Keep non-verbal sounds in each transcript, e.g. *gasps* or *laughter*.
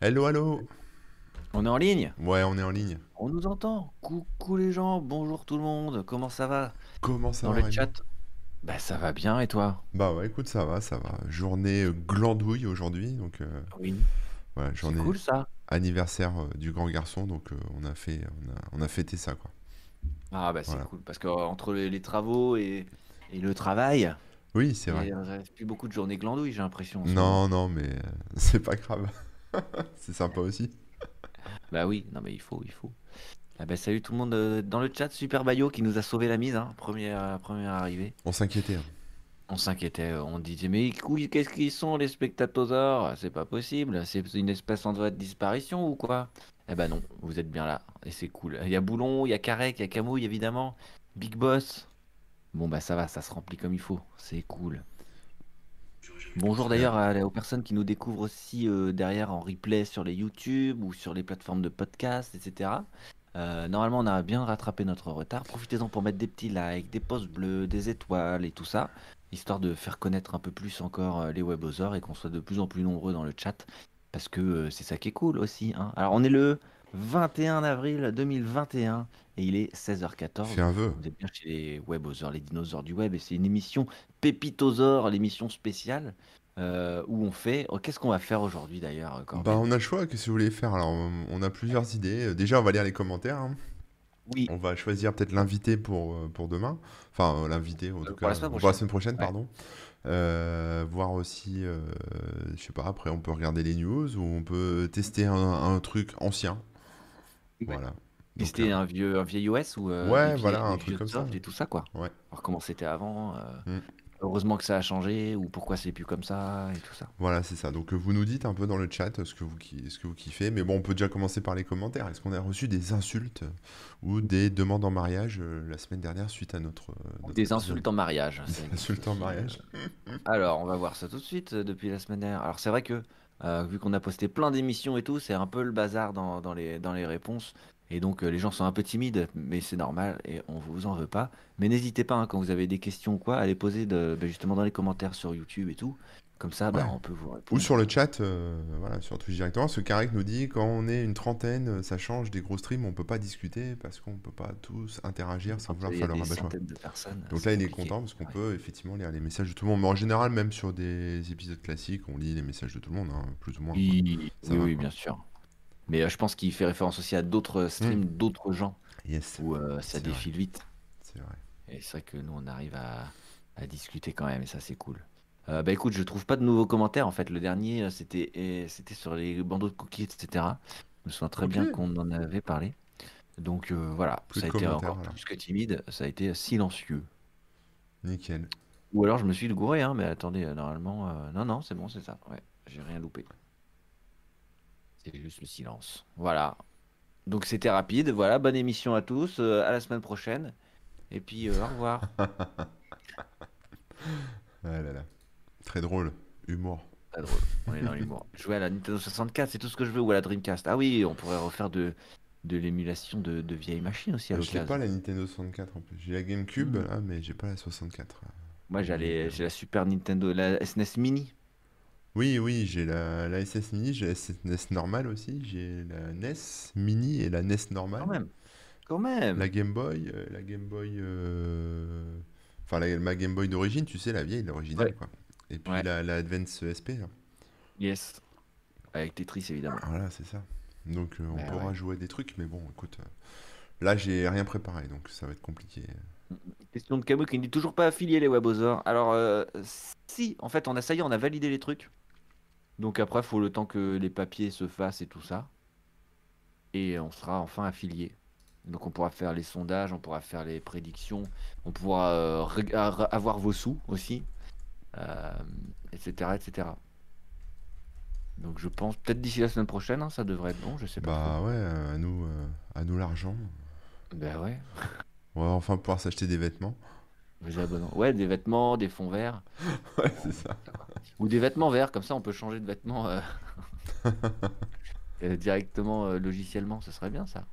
Hello, hello. On est en ligne? Ouais, on est en ligne. On nous entend? Coucou les gens, bonjour tout le monde, comment ça va? Comment ça Dans va, le Rémi? chat? Bah ça va bien et toi? Bah ouais, écoute, ça va, ça va. Journée euh, glandouille aujourd'hui, donc euh, Oui. voilà, C'est journée cool ça. anniversaire euh, du grand garçon, donc euh, on a fait, on a, on a fêté ça, quoi. Ah bah c'est Voilà. cool, parce que euh, entre les, les travaux et, et le travail, Oui, c'est vrai. et, euh, reste plus beaucoup de journées glandouilles, j'ai l'impression en ce Non, moment. non, mais euh, *laughs* c'est pas grave. *laughs* C'est sympa aussi. Bah oui, non mais il faut, il faut. Ah bah salut tout le monde euh, dans le chat, Super Bayo qui nous a sauvé la mise, hein, première, euh, première arrivée. On s'inquiétait. hein. On s'inquiétait, euh, on disait mais couille, qu'est-ce qu'ils sont les spectatosaures? C'est pas possible, c'est une espèce en voie de disparition ou quoi? Eh ben non, vous êtes bien là, et c'est cool. Il y a Boulon, il y a Carec, il y a Camouille évidemment, Big Boss. Bon bah ça va, ça se remplit comme il faut, c'est cool. Bonjour Très bien. d'ailleurs à- aux personnes qui nous découvrent aussi euh, derrière en replay sur les YouTube ou sur les plateformes de podcast, etc. Euh, normalement, on a bien rattrapé notre retard. Profitez-en pour mettre des petits likes, des posts bleus, des étoiles et tout ça, histoire de faire connaître un peu plus encore euh, les webosaures et qu'on soit de plus en plus nombreux dans le chat, parce que euh, c'est ça qui est cool aussi. hein. Alors, on est le 21 avril 2021 et il est Fais 16h14. un vœu. Vous êtes bien chez les webosaures, les dinosaures du web, et c'est une émission Pépitosaure, l'émission spéciale euh, où on fait. oh, Qu'est-ce qu'on va faire aujourd'hui d'ailleurs, euh, Bah Corben on a le choix, qu'est-ce que vous voulez faire? Alors on on a plusieurs idées. Euh, Déjà, on va lire les commentaires. hein. Oui, On va choisir peut-être l'invité pour, euh, pour demain. Enfin, euh, l'invité, en euh, tout pour cas, la semaine pour la prochaine. semaine prochaine, Ouais. pardon. Euh, voir aussi, euh, je sais pas, après on peut regarder les news ou on peut tester un, un truc ancien. Ouais. Voilà. Donc, euh, Tester un vieux, un vieil OS ou euh, des, ouais, vieilles, voilà, un des truc vieux comme ça. softs et tout ça, quoi. Ouais. Voir comment c'était avant, euh, Mm. heureusement que ça a changé, ou pourquoi c'est plus comme ça, et tout ça. Voilà, c'est ça. Donc, euh, vous nous dites un peu dans le chat euh, ce que vous, ki- ce que vous kiffez. Mais bon, on peut déjà commencer par les commentaires. Est-ce qu'on a reçu des insultes ou des demandes en mariage euh, la semaine dernière suite à notre, euh, Ou notre des épisode? insultes en mariage, Des c'est une question insultes en aussi. euh. mariage? Alors, on va voir ça tout de suite euh, depuis la semaine dernière. Alors, c'est vrai que, euh, vu qu'on a posté plein d'émissions et tout, c'est un peu le bazar dans, dans les, dans les réponses. Et donc, euh, les gens sont un peu timides, mais c'est normal et on vous en veut pas. Mais n'hésitez pas, hein, quand vous avez des questions ou quoi, à les poser de, ben, justement dans les commentaires sur YouTube et tout. Comme ça, bah, Ouais. on peut vous Ou répondre. sur le chat, euh, voilà, sur Twitch directement, ce Carrec nous dit quand on est une trentaine, euh, ça change des gros streams, on peut pas discuter parce qu'on peut pas tous interagir sans Quand vouloir il y a faire le des rabat centaines de personnes, hein, Donc c'est là, il est compliqué. content parce qu'on Ouais. peut effectivement lire les messages de tout le monde. Mais en général, même sur des épisodes classiques, on lit les messages de tout le monde, hein, plus ou moins, quoi. Oui, Ça oui, va, oui, quoi. bien sûr. Mais euh, je pense qu'il fait référence aussi à d'autres Hmm. streams, d'autres gens, Yes, où euh, ça c'est vrai, défile vite. c'est vrai. Et c'est vrai que nous, on arrive à, à discuter quand même, et ça, c'est cool. Euh, bah écoute, je trouve pas de nouveaux commentaires. En fait, le dernier, euh, c'était eh, c'était sur les bandeaux de cookies, etc. Je me souviens très bien Ok, qu'on en avait parlé. Donc euh, voilà, plus ça de a été commentaires, encore voilà. plus que timide, ça a été euh, silencieux. Nickel. Ou alors je me suis gouré, hein, mais attendez, euh, normalement, euh, non, non, c'est bon, c'est ça. Ouais, j'ai rien loupé. C'est juste le silence. Voilà. Donc c'était rapide. Voilà, bonne émission à tous. euh, à la semaine prochaine. Et puis euh, au revoir. Ah là là. Très drôle, humour. Pas drôle. On est dans l'humour. Jouer à la Nintendo 64, c'est tout ce que je veux. Ou à la Dreamcast. Ah oui, on pourrait refaire de, de l'émulation de, de vieilles machines aussi à Ah, Je l'ai pas l'occasion. la Nintendo 64 en plus. J'ai la GameCube Hmm. là, mais j'ai pas la 64. Moi J'ai j'allais, que- j'ai la Super Nintendo, la SNES Mini. Oui, oui, j'ai la, la SS Mini, j'ai la SNES normale E aussi, j'ai la NES Mini et la NES Quand normale, même. Quand la même. Game Boy, euh, la Game Boy, euh, enfin la, ma Game Boy d'origine, tu sais, la vieille, l'originale Ouais. quoi. Et puis Ouais. la, la Advance SP, là. Yes. Avec Tetris évidemment. Ah, Voilà, c'est ça. Donc euh, on Bah pourra ouais. jouer à des trucs, mais bon, écoute, euh, là j'ai rien préparé, donc ça va être compliqué. Question de Camus qui n'est toujours pas affilié les Webosaures. Alors euh, si, en fait on a ça y est, on a validé les trucs. Donc après faut le temps que les papiers se fassent et tout ça. et on sera enfin affilié. Donc on pourra faire les sondages, on pourra faire les prédictions, on pourra euh, rega- ra- avoir vos sous aussi, euh, etc., etc. Donc je pense peut-être d'ici la semaine prochaine, hein, ça devrait être bon, je sais pas trop. Bah ouais, euh, à nous, euh, à nous l'argent. Ben ouais, On va enfin pouvoir s'acheter des vêtements. les abonnements. Ouais, des vêtements, des fonds verts, Ouais, on c'est peut ça. faire ça, quoi. ou des vêtements verts, comme ça on peut changer de vêtements euh, *laughs* euh, directement euh, logiciellement, ce serait bien ça.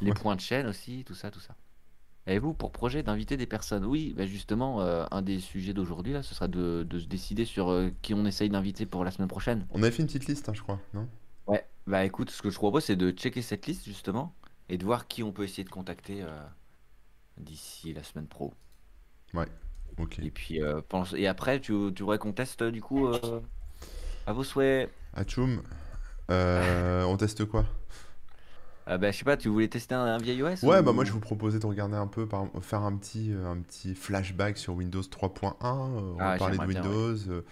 Les Ouais. points de chaîne aussi, tout ça, tout ça. Avez-vous pour projet d'inviter des personnes? Oui, bah justement, euh, un des sujets d'aujourd'hui, là, ce sera de, de se décider sur euh, qui on essaye d'inviter pour la semaine prochaine. On avait fait une petite liste, hein, je crois, non? Ouais. Bah écoute, ce que je propose, c'est de checker cette liste justement et de voir qui on peut essayer de contacter euh, d'ici la semaine pro. Ok. Et puis euh, pense et après tu, tu voudrais qu'on teste euh, du coup euh, à vos souhaits. Atchoum, euh, on teste *laughs* quoi Ah bah je sais pas, tu voulais tester un, un vieil OS Ouais, ou- bah moi je vous proposais de regarder un peu, par, faire un petit, euh, un petit flashback sur Windows 3.1, euh, Ah, reparler de j'aimerais bien, ouais. Windows, euh,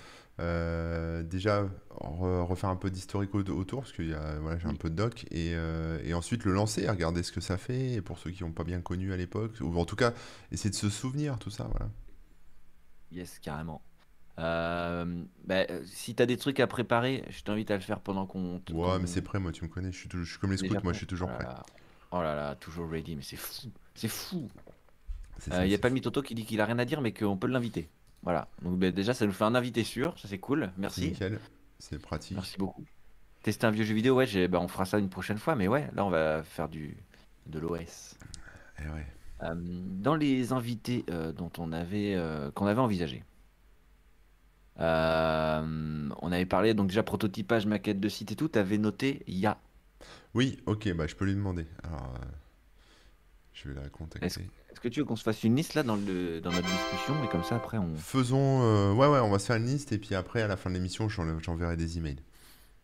euh, déjà re- refaire un peu d'historique au- autour, parce que y a- voilà, j'ai un Oui. peu de doc, et, euh, et ensuite le lancer, regarder ce que ça fait, et pour ceux qui n'ont pas bien connu à l'époque, ou en tout cas essayer de se souvenir, tout ça, voilà. Yes, carrément. Euh, bah, euh, si t'as des trucs à préparer, je t'invite à le faire pendant qu'on. t- Ouais, mais qu'on- c'est prêt, moi tu me connais, je suis, toujours- je suis comme les déjà scouts, moi prêt. je suis toujours Oh là prêt. là. Oh là là, toujours ready, mais c'est fou. C'est fou. C'est Il ça, Euh, y a c'est pas ça. le Toto qui dit qu'il a rien à dire, mais qu'on peut l'inviter. Voilà. Donc bah, déjà, ça nous fait un invité sûr, ça c'est cool. Merci. Nickel, c'est pratique. Merci beaucoup. Tester un vieux jeu vidéo, ouais, j'ai- bah, on fera ça une prochaine fois, mais ouais, là on va faire du de l'OS. Eh ouais. Euh, dans les invités euh, dont on avait euh, qu'on avait envisagé, euh, on avait parlé donc déjà prototypage, maquette de site et tout. T'avais noté Ya. Oui, ok, bah je peux lui demander. Alors, euh, je vais la contacter. Est-ce que tu veux qu'on se fasse une liste là dans le dans notre discussion et comme ça après on. Faisons. euh, ouais, ouais, on va se faire une liste et puis après, à la fin de l'émission, j'en- j'enverrai des emails.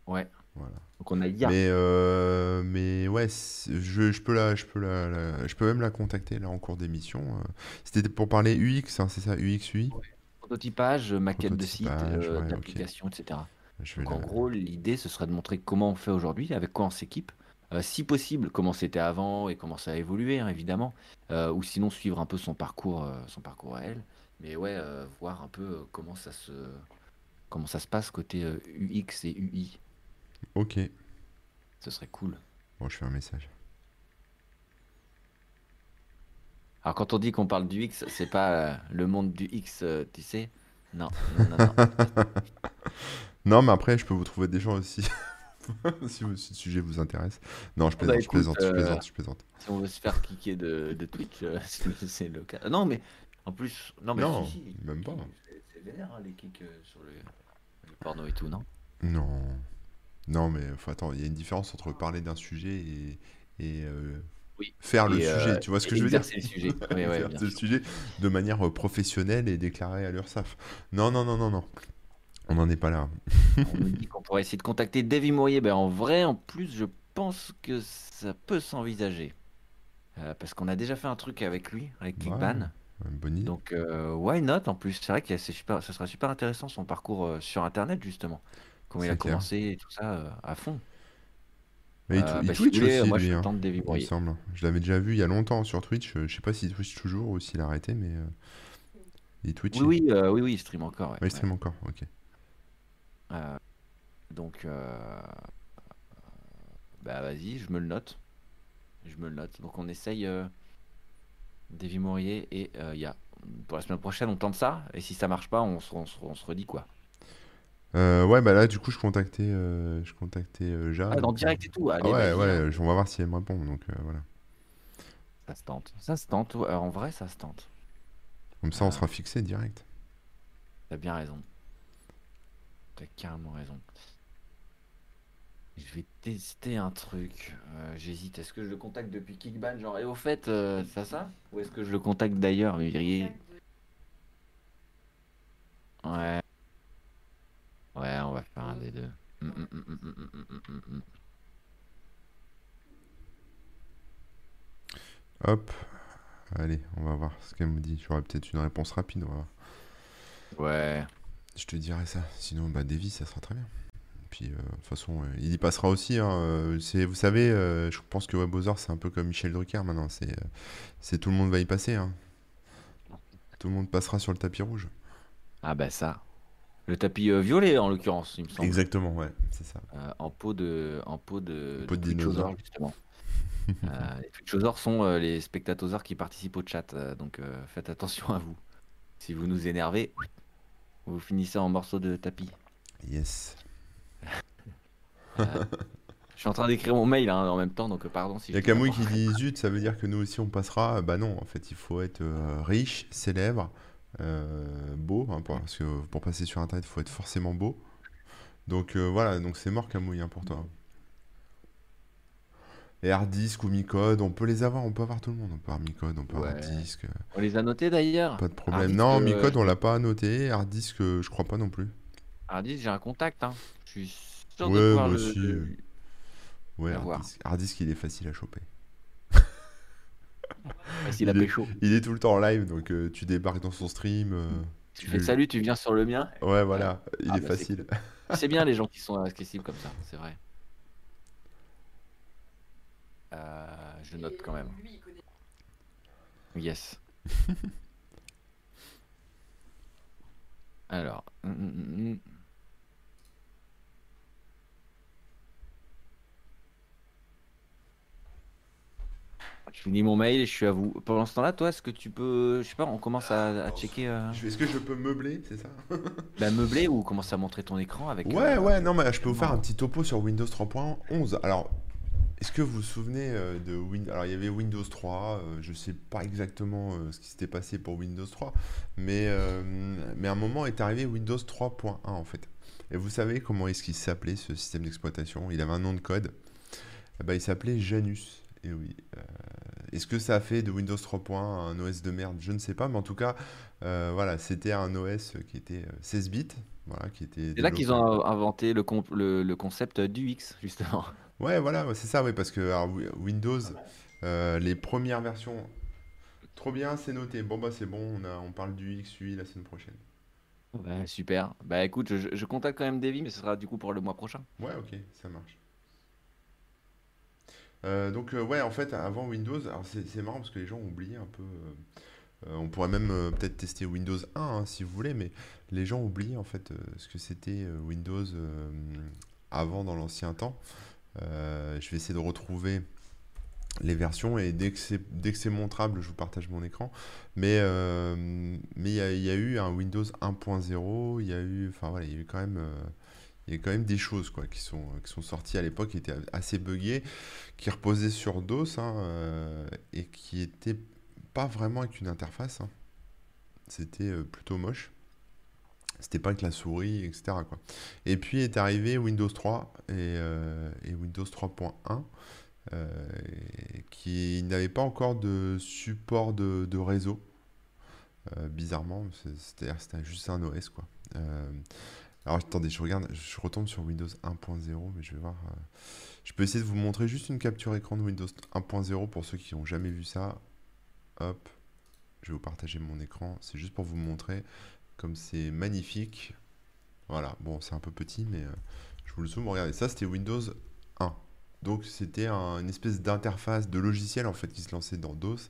Ouais. Voilà. Donc on a Ya. Mais, euh, mais ouais, c'est- je, je peux la, je peux la, la- je peux même la contacter là en cours d'émission. euh. C'était pour parler UX, hein, c'est ça, UX, UI. Prototypage, maquette de site, Prototypage, euh, ouais, ok. d'application, etc. Je vais Donc en la- gros, l'idée, ce serait de montrer comment on fait aujourd'hui, avec quoi on s'équipe, euh, si possible, comment c'était avant et comment ça a évolué, hein, évidemment, Euh, ou sinon suivre un peu son parcours, euh, son parcours à elle. Mais ouais, euh, voir un peu euh, comment ça se, comment ça se passe côté euh, UX et UI, Ok. ce serait cool. Bon, je fais un message. Alors quand on dit qu'on parle du X, c'est pas euh, le monde du X, euh, tu sais Non, non, non, non. Non, mais après, je peux vous trouver des gens aussi. *laughs* si, vous- si le sujet vous intéresse. Non, je bah, plaisante, je écoute, plaisante, je euh, plaisante, je plaisante. Si on veut se faire kicker de, de Twitch, euh, *laughs* c'est c'est le cas. Non, mais en plus, non, mais Non, si, si, même si, pas. c'est- C'est vénère hein, les kicks euh, sur le, le porno et tout, non Non. Non, mais faut, attends, il y a une différence entre parler d'un sujet et, et, euh, Oui. faire le Et, euh, sujet. Tu vois ce que et je veux dire exercer le sujet. Oui, oui, Faire bien ce sûr. sujet de manière euh, professionnelle et déclarée à l'URSSAF. Non, non, non, non, non. On n'en est pas là. On nous dit qu'on pourrait essayer de contacter Davy Mourier. Ben, en vrai, en plus, je pense que ça peut s'envisager. Euh, parce qu'on a déjà fait un truc avec lui, avec Ouais. Kickban. Une Bonne idée. Donc, euh, why not En plus, c'est vrai que c'est super, ça sera super intéressant son parcours euh, sur Internet, justement. Comment il C'est a clair. commencé et tout ça euh, à fond. Mais il, Euh, tw- il bah, si vous Twitch voulez, aussi, moi, lui, je hein, tente Davy il me Mourier. semble. Je l'avais déjà vu il y a longtemps sur Twitch. Euh, Je sais pas s'il Twitch toujours ou s'il a arrêté, mais euh, il Twitch. Oui, oui, euh, oui, oui, il stream encore. ouais, il ouais. stream encore, ok. Euh, donc, euh, bah vas-y, je me le note. Je me le note. Donc on essaye euh, Davy Mourier et euh, Y'a. Pour la semaine prochaine, on tente ça. Et si ça marche pas, on se, on se- on se redit quoi. Euh, ouais, bah là, du coup, je contactais, euh, je contactais euh, Ja, Ah, dans donc, euh, direct et tout. Ah Allez, ouais, vas-y, hein. ouais, je- on va voir si elle me répond. Donc euh, voilà. Ça se tente. Ça se tente. ouais, en vrai, ça se tente. Comme ça, on Ah. sera fixé direct. T'as bien raison. T'as carrément raison. Je vais tester un truc. Euh, J'hésite. Est-ce que je le contacte depuis Kickban Genre, et au fait, euh, ça ça Ou est-ce que je le contacte d'ailleurs mais il- Ouais. Ouais, on va faire un des deux. Mm, mm, mm, mm, mm, mm, mm, mm, mm, mm. Hop. Allez, on va voir ce qu'elle me dit. J'aurai peut-être une réponse rapide. On va voir. Ouais. Je te dirai ça. Sinon, bah, Davy, ça sera très bien. Puis, euh, de toute façon, euh, il y passera aussi. hein, euh, c'est- vous savez, euh, je pense que WebOzor, c'est un peu comme Michel Drucker maintenant. C'est euh, c'est tout le monde va y passer. hein. Tout le monde passera sur le tapis rouge. Ah bah ça. Le tapis euh, violet en l'occurrence, il me semble. Exactement, ouais, c'est ça. Euh, en peau de en peau de, Peau de Twitchosaure, dinosaure. *laughs* justement. Euh, les Twitchosaures sont euh, les spectatosaures qui participent au chat, euh, donc euh, faites attention à vous. Si vous nous énervez, vous finissez en morceaux de tapis. Yes. Je suis en train d'écrire mon mail hein, en même temps, donc euh, pardon si Il y a je dis Camouille n'importe qui dit Zut, ça veut dire que nous aussi on passera. Bah non, en fait, il faut être euh, riche, célèbre, euh, beau. hein, pour- parce que pour passer sur internet, il faut être forcément beau. Donc euh, voilà, donc c'est mort Camouille hein, pour toi. Et hard disk ou micode, on peut les avoir, on peut avoir tout le monde. On peut avoir micode, on peut avoir Ouais. hard disk, euh, On les a notés d'ailleurs. pas de problème. disk, non, euh, micode, on l'a pas noté. Hard disk, euh, je crois pas non plus. Alors dis, j'ai un contact, hein. Je suis sûr Ouais, de pouvoir moi le- aussi, le- euh. Ouais, À hard voir. disk. hard disk, il est facile à choper. Ah, s'il a Il est- pécho. Il est tout le temps en live, donc euh, tu débarques dans son stream. euh, Tu fais salut, tu viens sur le mien. Ouais, voilà, il Ah, est bah, c'est facile. C'est bien les gens qui sont accessibles comme ça, c'est vrai. Euh, je note quand même. Lui, il connaît. Yes. Alors. hum, hum, hum, hum. Je finis mon mail et je suis à vous. Pendant ce temps-là, toi, est-ce que tu peux. Je sais pas, on commence à, à checker. euh, Je- Est-ce que je peux meubler, c'est ça la meubler ou commencer à montrer ton écran avec. Ouais, euh, ouais, non, mais je peux vous faire non. un petit topo sur Windows 3.11. Alors, est-ce que vous vous souvenez euh, de Windows Alors, il y avait Windows 3, euh, je sais pas exactement euh, ce qui s'était passé pour Windows 3, mais, euh, mais à un moment est arrivé Windows 3.1 en fait. Et vous savez comment est-ce qu'il s'appelait ce système d'exploitation Il avait un nom de code. Eh ben, il s'appelait Janus. Et oui. euh, est-ce que ça a fait de Windows 3.1 un OS de merde Je ne sais pas, mais en tout cas, euh, voilà, c'était un OS qui était euh, 16 bits. Voilà, qui était C'est là qu'ils développé- ont inventé le, comp- le, le concept du X, justement. *laughs* Ouais, voilà, ouais, c'est ça, oui, parce que alors, Wi- Windows, euh, les premières versions, trop bien, c'est noté. Bon, bah, c'est bon, on, a, on parle du XUI la semaine prochaine. Ouais, super. Bah écoute, je, je contacte quand même Davy, mais ce sera du coup pour le mois prochain. Ouais, ok, ça marche. Euh, donc, euh, ouais, en fait, avant Windows, alors c'est c'est marrant parce que les gens ont oublié un peu. euh, euh, on pourrait même euh, peut-être tester Windows 1 hein, si vous voulez, mais les gens oublient en fait euh, ce que c'était euh, Windows euh, avant dans l'ancien temps. Euh, je vais essayer de retrouver les versions et dès que c'est dès que c'est montrable, je vous partage mon écran. Mais euh, mais il y, a- il y a eu un Windows 1.0, il y a eu, enfin voilà, il y a eu quand même. euh, il y a quand même des choses quoi, qui, sont, euh, qui sont sorties à l'époque, qui étaient assez buggées, qui reposaient sur DOS hein, euh, et qui n'étaient pas vraiment avec une interface. hein. C'était euh, plutôt moche. C'était pas avec la souris, etc. Quoi. Et puis est arrivé Windows 3 et, euh, et Windows 3.1 euh, et qui n'avait pas encore de support de, de réseau. Euh, bizarrement, c'est- c'est-à-dire que c'était juste un OS quoi. Euh, alors attendez, je regarde, je retombe sur Windows 1.0, mais je vais voir. euh, Je peux essayer de vous montrer juste une capture écran de Windows 1.0 pour ceux qui n'ont jamais vu ça. Hop, je vais vous partager mon écran. C'est juste pour vous montrer comme c'est magnifique. Voilà, bon, c'est un peu petit, mais euh, je vous le zoome. Regardez, ça c'était Windows 1. Donc c'était un- une espèce d'interface de logiciel en fait qui se lançait dans DOS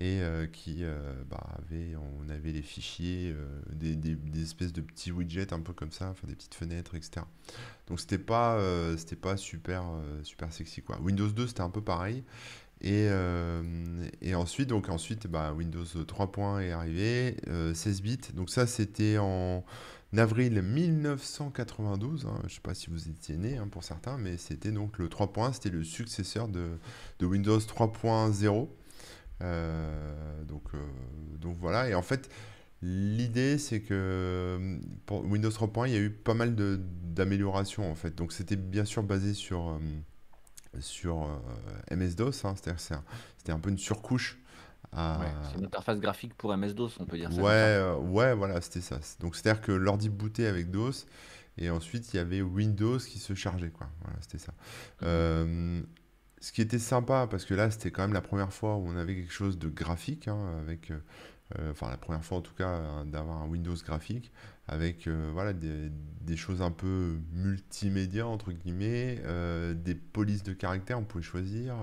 et euh, qui euh, bah, avait, on avait les fichiers, euh, des, des- des espèces de petits widgets un peu comme ça, enfin des petites fenêtres, etc. Donc c'était pas, euh, c'était pas super, euh, super sexy quoi. Windows 2 c'était un peu pareil. Et, euh, et ensuite, donc ensuite, bah, Windows 3.1 est arrivé, euh, 16 bits. Donc ça, c'était en avril 1992. hein. Je sais pas si vous étiez né hein, pour certains, mais c'était donc le 3.1, c'était le successeur de, de Windows 3.0. Euh, donc, euh, donc voilà, et en fait, l'idée c'est que mm, pour Windows 3.1, il y a eu pas mal de- d'améliorations en fait. Donc c'était bien sûr basé sur, euh, sur euh, MS-DOS, hein. c'est-à-dire que c'est un- c'était un peu une surcouche à, C'est une interface graphique pour MS-DOS, on peut dire ça. comme Euh, Ouais, ça. euh, ouais, voilà, c'était ça. C'est- Donc c'est-à-dire que l'ordi bootait avec DOS et ensuite il y avait Windows qui se chargeait, quoi. Voilà, c'était ça. Mhm. Euh, ce qui était sympa, parce que là c'était quand même la première fois où on avait quelque chose de graphique, hein, avec, euh, euh, enfin la première fois en tout cas hein, d'avoir un Windows graphique, avec euh, voilà des, des choses un peu multimédia entre guillemets, euh, des polices de caractères, on pouvait choisir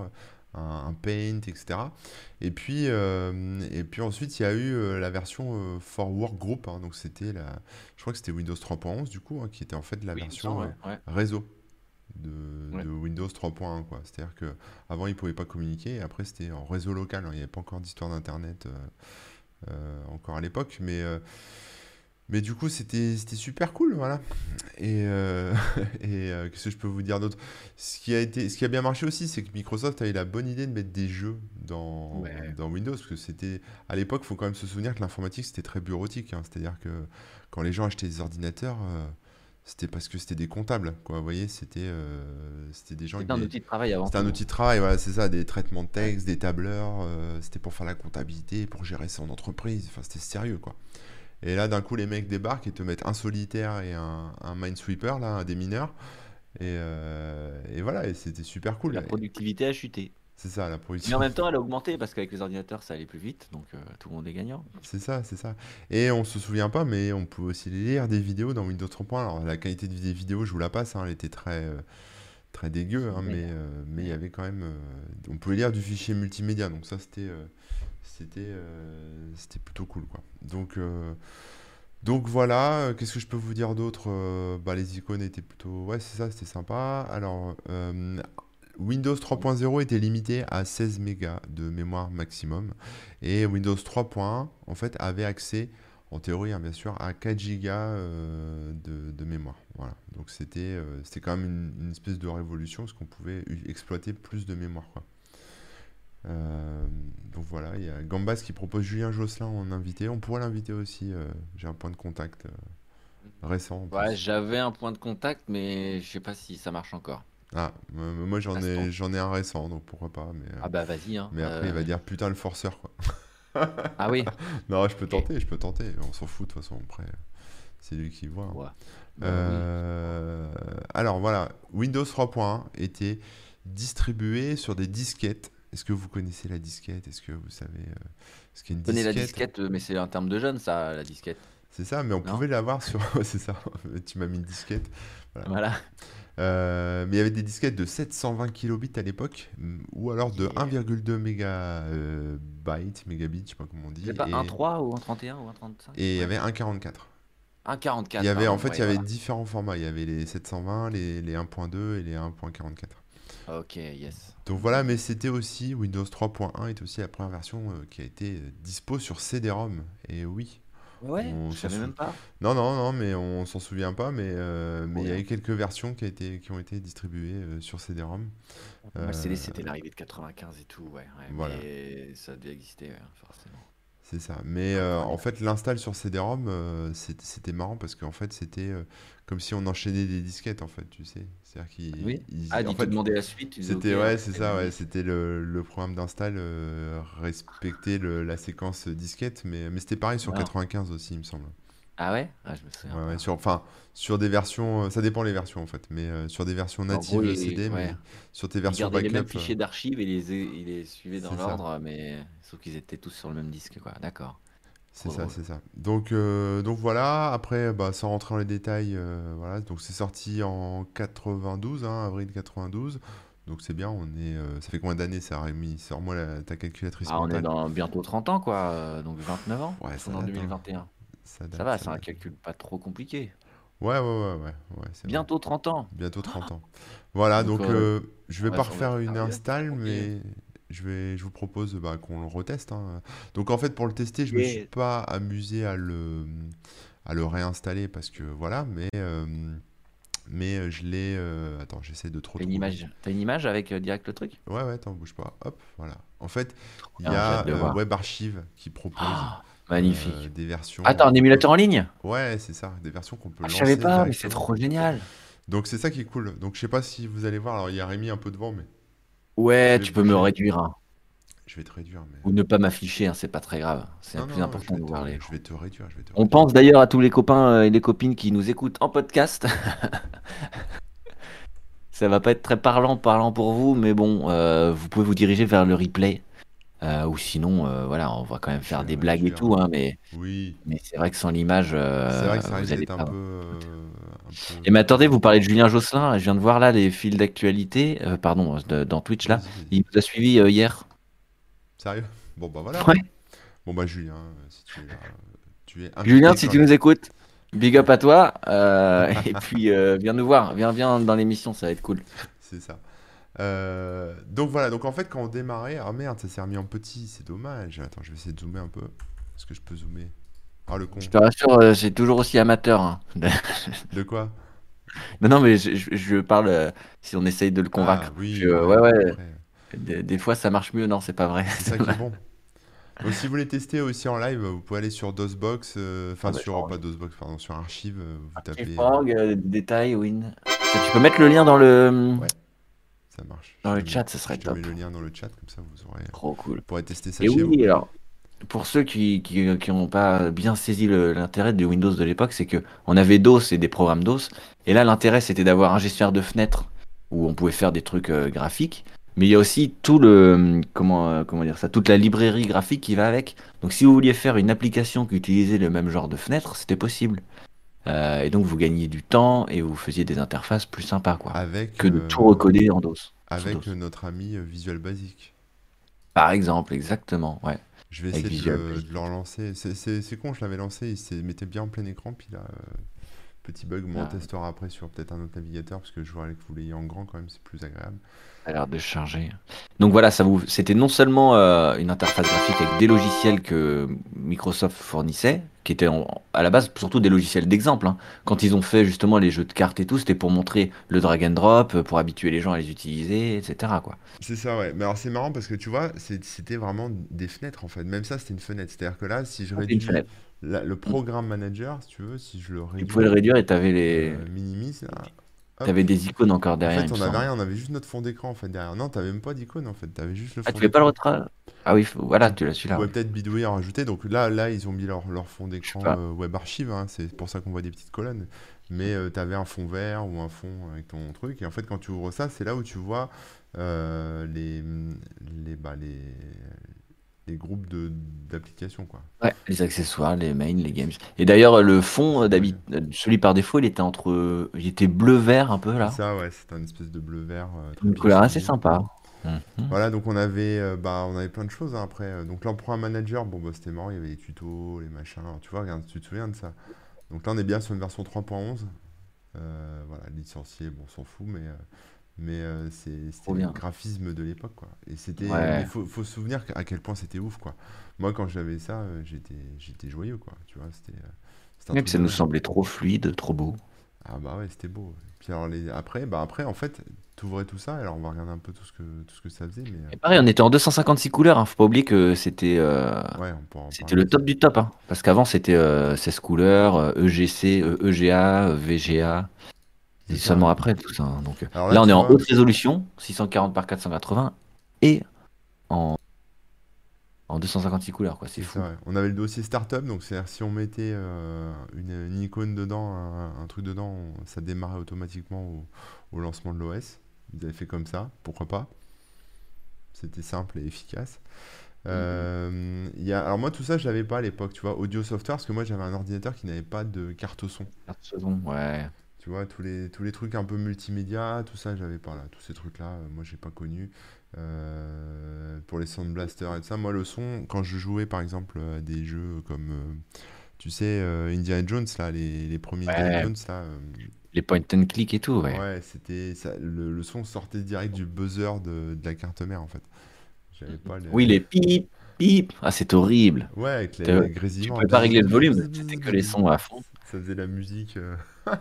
un, un paint, etc. Et puis, euh, et puis ensuite, il y a eu euh, la version euh, for Workgroup. hein, donc c'était la, je crois que c'était Windows 3.11 du coup, hein, qui était en fait la Oui, il me version semble, euh, ouais. réseau de, Ouais. de Windows 3.1 quoi. C'est-à-dire que avant ils pouvaient pas communiquer et après c'était en réseau local, hein. il n'y avait pas encore d'histoire d'internet euh, euh, encore à l'époque mais euh, mais du coup c'était c'était super cool voilà. Et, euh, *laughs* et euh, qu'est-ce que je peux vous dire d'autre Ce qui a été ce qui a bien marché aussi c'est que Microsoft a eu la bonne idée de mettre des jeux dans Ouais. dans Windows parce que c'était à l'époque faut quand même se souvenir que l'informatique c'était très bureautique hein. c'est-à-dire que quand les gens achetaient des ordinateurs euh, c'était parce que c'était des comptables, quoi. Vous voyez, c'était euh, c'était des gens. C'est qui un des- outil de travail avant. C'était un outil de travail, voilà, c'est ça, des traitements de texte, des tableurs, euh, c'était pour faire la comptabilité, pour gérer son entreprise, enfin c'était sérieux quoi. Et là d'un coup les mecs débarquent et te mettent un solitaire et un, un minesweeper, là, un des mineurs, et, euh, et voilà, et c'était super cool. La productivité a chuté. C'est ça la production. Mais en même temps, elle a augmenté parce qu'avec les ordinateurs, ça allait plus vite, donc euh, tout le monde est gagnant. C'est ça, c'est ça. Et on se souvient pas, mais on pouvait aussi lire des vidéos dans Windows 3.1. Alors la qualité de vie des vidéos, je vous la passe, hein, elle était très, euh, très dégueu, hein, Oui. mais euh, mais il y avait quand même, euh, on pouvait lire du fichier multimédia, donc ça c'était, euh, c'était, euh, c'était plutôt cool quoi. Donc euh, donc voilà, euh, qu'est-ce que je peux vous dire d'autre? Euh, bah, les icônes étaient plutôt, ouais c'est ça, c'était sympa. Alors euh, Windows 3.0 était limité à 16 mégas de mémoire maximum. Et Windows 3.1, en fait, avait accès, en théorie, hein, bien sûr, à 4 gigas euh, de, de mémoire. Voilà. Donc c'était euh, c'était quand même une, une espèce de révolution, parce qu'on pouvait u- exploiter plus de mémoire. quoi. Euh, donc voilà, il y a Gambas qui propose Julien Josselin en invité. On pourrait l'inviter aussi. euh, J'ai un point de contact euh, récent. en Ouais, plus. j'avais un point de contact, mais je sais pas si ça marche encore. Ah, euh, moi j'en ai, Instant. j'en ai un récent, donc pourquoi pas. Mais, euh, Ah bah vas-y. Hein. mais après, euh, il va dire putain le forceur. quoi. *laughs* Ah oui. Non, je peux Ok. tenter, je peux tenter. On s'en fout de toute façon. Après, c'est lui qui voit. hein. Ouais. Bah Euh, alors voilà, Windows 3.1 était distribué sur des disquettes. Est-ce que vous connaissez la disquette Est-ce que vous savez euh, ce qu'est une Prenez la disquette disquette, euh, mais c'est un terme de jeune, ça, la disquette. C'est ça, mais on Non pouvait l'avoir sur. *laughs* Ouais, c'est ça. tu m'as mis une disquette. Ah, Voilà. Euh, mais il y avait des disquettes de 720 kilobits à l'époque, mm, ou alors de Yeah. 1,2 mégabytes, mégabits, je sais pas comment on dit. C'est pas et- un 3 ou un 31 ou un 35 Et il y avait un 44. Un 44. Il y avait, pardon, en fait, hein, ouais, il y avait voilà. différents formats. Il y avait les 720, les, les 1.2 et les 1.44. Ok, yes. Donc voilà, mais c'était aussi Windows 3.1 est aussi la première version euh, qui a été euh, dispo sur CD-ROM. Et oui. Ouais, On je s'en savais fout. même pas. Non, non, non, mais on s'en souvient pas, mais euh, mais il y a Ouais. eu quelques versions qui, a été, qui ont été distribuées euh, sur CD-ROM. Moi, le CD, Euh, c'était l'arrivée de 95 et tout, ouais. ouais, Voilà. Mais ça devait exister, ouais, forcément. C'est ça. Mais Ah, euh, en fait, l'install sur CD-ROM, euh, c'est- c'était marrant parce qu'en fait, c'était euh, comme si on enchaînait des disquettes, en fait, tu sais. C'est-à-dire qu'ils. Oui. ils- Ah, en dis fait, te demander la suite. tu disais, C'était ok, ouais, alors, c'est ça, ouais, c'était le, le programme d'install euh, respecter le- la séquence disquette, mais, mais c'était pareil sur Voilà. 95 aussi, il me semble. Ah ouais Ah, je me souviens. Ouais, pas. ouais, sur, enfin, sur des versions, euh, ça dépend les versions en fait, mais euh, sur des versions En natives gros, il- CD, mais ouais. sur tes Ils versions gardaient les mêmes backup. euh, fichiers d'archives et les, et les suivaient dans C'est ça. l'ordre, mais sauf qu'ils étaient tous sur le même disque, quoi. D'accord. C'est Trop ça, drôle. c'est ça. Donc, euh, donc voilà, après, bah, sans rentrer dans les détails, euh, voilà, donc c'est sorti en 92, hein, avril 92. Donc c'est bien, on est, euh, ça fait combien d'années ça, Rémi? Sors-moi la- ta calculatrice Ah, on est mentale. dans bientôt 30 ans, quoi. euh, Donc 29 ans. Ouais, on ça est en date, hein. 2021. date, Ça va, ça c'est un date. calcul pas trop compliqué. Ouais, ouais, ouais, ouais, ouais, c'est vrai. Bientôt 30 ans. Bientôt 30 ans. Voilà, donc Donc, euh, euh, je vais ouais, pas sur refaire notre une période, install, ok. mais je vais, je vous propose bah, qu'on le reteste. hein. Donc en fait, pour le tester, je me suis Yeah. pas amusé à le, à le réinstaller parce que voilà, mais, euh, mais euh, je l'ai. euh, attends, j'essaie de trop T'as une trouver. image, t'as une image avec euh, direct le truc Ouais, ouais, attends, bouge pas. Hop, voilà. En fait, il y bien, j'ai a hâte de euh, voir. Web Archive qui propose Ah, euh, Magnifique. des versions. Attends, un émulateur en ligne Ouais, c'est ça, des versions qu'on peut Ah, Je lancer. savais pas, mais c'est directement. trop génial. Donc c'est ça qui est cool. Donc je sais pas si vous allez voir. Alors il y a Rémi un peu devant, mais Ouais, Je tu vais peux me bouger. réduire hein, je vais te réduire. Mais... ou ne pas m'afficher, hein, c'est pas très grave. C'est Non, plus non, important je de vais voir te- les. Je vais te réduire. Je vais te On réduire. pense d'ailleurs à tous les copains euh, et les copines qui nous écoutent en podcast. *laughs* Ça va pas être très parlant, parlant pour vous, mais bon, euh, vous pouvez vous diriger vers le replay. Euh, ou sinon, euh, voilà, on va quand même Je faire vais- des je blagues vais et tout, hein, mais, Oui. mais c'est vrai que sans l'image, euh, C'est vrai que ça vous risque allez d'être pas. un peu. euh, un peu- Et mais attendez, vous parlez de Julien Josselin, je viens de voir là les fils d'actualité, euh, pardon, de- dans Twitch là. Vas-y, vas-y. Il nous a suivis euh, hier. Sérieux? Bon bah voilà. Ouais. Bon bah Julien, euh, si tu es là, euh, tu es invité Julien, si sur tu la- nous écoutes, big up à toi. euh, *laughs* et puis, euh, viens nous voir, viens, viens dans l'émission, ça va être cool. C'est ça. Euh, donc voilà, donc en fait quand on démarrait, ah merde, ça s'est remis en petit, c'est dommage. Attends, je vais essayer de zoomer un peu. Est-ce que je peux zoomer? Ah le con. Je te rassure, euh, c'est toujours aussi amateur. hein. *laughs* De quoi? non, non, mais je, je- je parle euh, si on essaye de le convaincre. Ah, oui. Je- ouais, ouais. après. *laughs* Des, des fois, ça marche mieux. Non, c'est pas vrai. C'est ça qui est bon. *laughs* Donc, si vous voulez tester aussi en live, vous pouvez aller sur DOSBox, euh, enfin Ah bah, sur, oh. pas DOSBox, pardon, sur Archive, euh, vous tapez, euh, Fang, euh, détail, win. Ça, tu peux mettre le lien dans le. Ouais. ça marche. Dans Je le te chat, mets- ce serait je te mets top. le lien dans le chat, comme ça vous aurez, vous Trop cool. pourrez tester ça Et chez oui, vous. alors, pour ceux qui qui, qui n'ont pas bien saisi le- l'intérêt de Windows de l'époque, c'est que on avait DOS et des programmes DOS. Et là, l'intérêt, c'était d'avoir un gestionnaire de fenêtres où on pouvait faire des trucs euh, graphiques. Mais il y a aussi tout le comment euh, comment dire ça, toute la librairie graphique qui va avec. Donc, si vous vouliez faire une application qui utilisait le même genre de fenêtre, c'était possible. Euh, et donc, vous gagniez du temps et vous faisiez des interfaces plus sympas, quoi, Avec, que de euh, tout recoder en DOS. avec DOS. notre ami euh, Visual Basic. Par exemple, exactement, ouais. Je vais Avec essayer Visual de, Basic. de le relancer. C'est- C'est c'est con, je l'avais lancé, il se mettait bien en plein écran, puis là, euh, petit bug, mais on Ah. testera après sur peut-être un autre navigateur, parce que je voudrais que vous l'ayez en grand quand même, c'est plus agréable. Ça a l'air de charger. Donc voilà, ça vous, c'était non seulement euh, une interface graphique avec des logiciels que Microsoft fournissait, qui étaient en- à la base surtout des logiciels d'exemple. hein. Quand ils ont fait justement les jeux de cartes et tout, c'était pour montrer le drag and drop, pour habituer les gens à les utiliser, etc. Quoi. C'est ça, ouais. Mais alors c'est marrant parce que tu vois, c'est- c'était vraiment des fenêtres en fait. Même ça, c'était une fenêtre. C'est-à-dire que là, si je C'était une réduis fenêtre. la- le programme manager, si tu veux, si je le réduis, Tu pouvais le réduire et t'avais les, euh, minimise là. hop. t'avais des icônes encore En derrière. fait, il on me n'avait semble. rien, on avait juste notre fond d'écran en fait derrière. Non, t'avais même pas d'icône en fait, t'avais juste le Ah, fond tu fais pas le d'écran. retrait Ah oui, faut- voilà, tu l'as Tu celui-là. pouvais peut-être bidouiller à rajouter. Donc là, là, ils ont mis leur, leur fond d'écran pas. euh, web archive, hein, c'est pour ça qu'on voit des petites colonnes. Mais tu t'avais un fond vert ou un fond avec ton truc. Et en fait, quand tu ouvres ça, c'est là où tu vois euh, les, les, bah, les, les groupes de- d'applications, quoi. Ouais, les accessoires, les mains, les games. Et d'ailleurs, le fond, euh, d'habi- euh, celui par défaut, il était entre, il était bleu-vert un peu là. C'est ça, ouais, c'est un espèce de bleu vert. euh, très Une couleur assez pixelisé. sympa. Mmh. Voilà, donc on avait, euh, bah, on avait plein de choses hein, après. Euh, Donc là, on prend un manager, bon, bah, c'était marrant, il y avait les tutos, les machins. Alors, tu vois, regarde, tu te souviens de ça. Donc là, on est bien sur une version 3.11. Euh, voilà, licencié, bon, on s'en fout, mais, euh, mais euh, c'est- c'était Trop le bien. graphisme de l'époque, quoi. Et c'était, Ouais. mais faut, faut se souvenir à quel point c'était ouf, quoi. Moi, quand j'avais ça, euh, j'étais, j'étais joyeux, quoi. Tu vois, c'était, euh, c'était un Même truc ça de nous dingue. semblait trop fluide, trop beau. Ah bah ouais, c'était beau. Puis alors les, après, bah après, en fait, t'ouvrais tout ça. Alors on va regarder un peu tout ce que tout ce que ça faisait, mais euh, Et pareil, on était en 256 couleurs, hein. faut pas oublier que c'était euh, euh, ouais, on pourra en c'était parler. le top du top. hein. Parce qu'avant, c'était euh, 16 couleurs, euh, EGC, euh, EGA, euh, VGA. C'est C'est ça. seulement après tout ça. hein. Donc, euh, Alors là, on tu est en vois, haute résolution, 640 par 480, et en, en 256 couleurs, quoi. C'est c'est fou. ça, ouais. On avait le dossier startup, donc c'est-à-dire si on mettait euh, une, une icône dedans, un, un truc dedans, on- ça démarrait automatiquement au, au lancement de l'OS. Ils avaient fait comme ça, pourquoi pas? C'était simple et efficace. Mhm. Euh, il y a, alors moi tout ça je l'avais pas à l'époque, tu vois, audio software, parce que moi j'avais un ordinateur qui n'avait pas de carte son. Carte seconde, ouais. Tu vois, tous les, tous les trucs un peu multimédia, tout ça, j'avais pas là. Tous ces trucs-là, euh, moi, j'ai pas connu. Euh, pour les Sound Blasters et tout ça, moi, le son, quand je jouais, par exemple, à des jeux comme, euh, tu sais, euh, Indiana Jones, là, les, les premiers Indiana Ouais. Jones, là, euh, Les point and click et tout, ouais. ouais, c'était ça, le, le son sortait direct du buzzer de, de la carte mère, en fait. J'avais pas les... Oui, les pip, pip. Ah, c'est horrible. Ouais, avec les, T'as- les Tu grésillements. pouvais pas régler le volume, c'était que les sons à fond. Ça faisait la musique. euh, *laughs*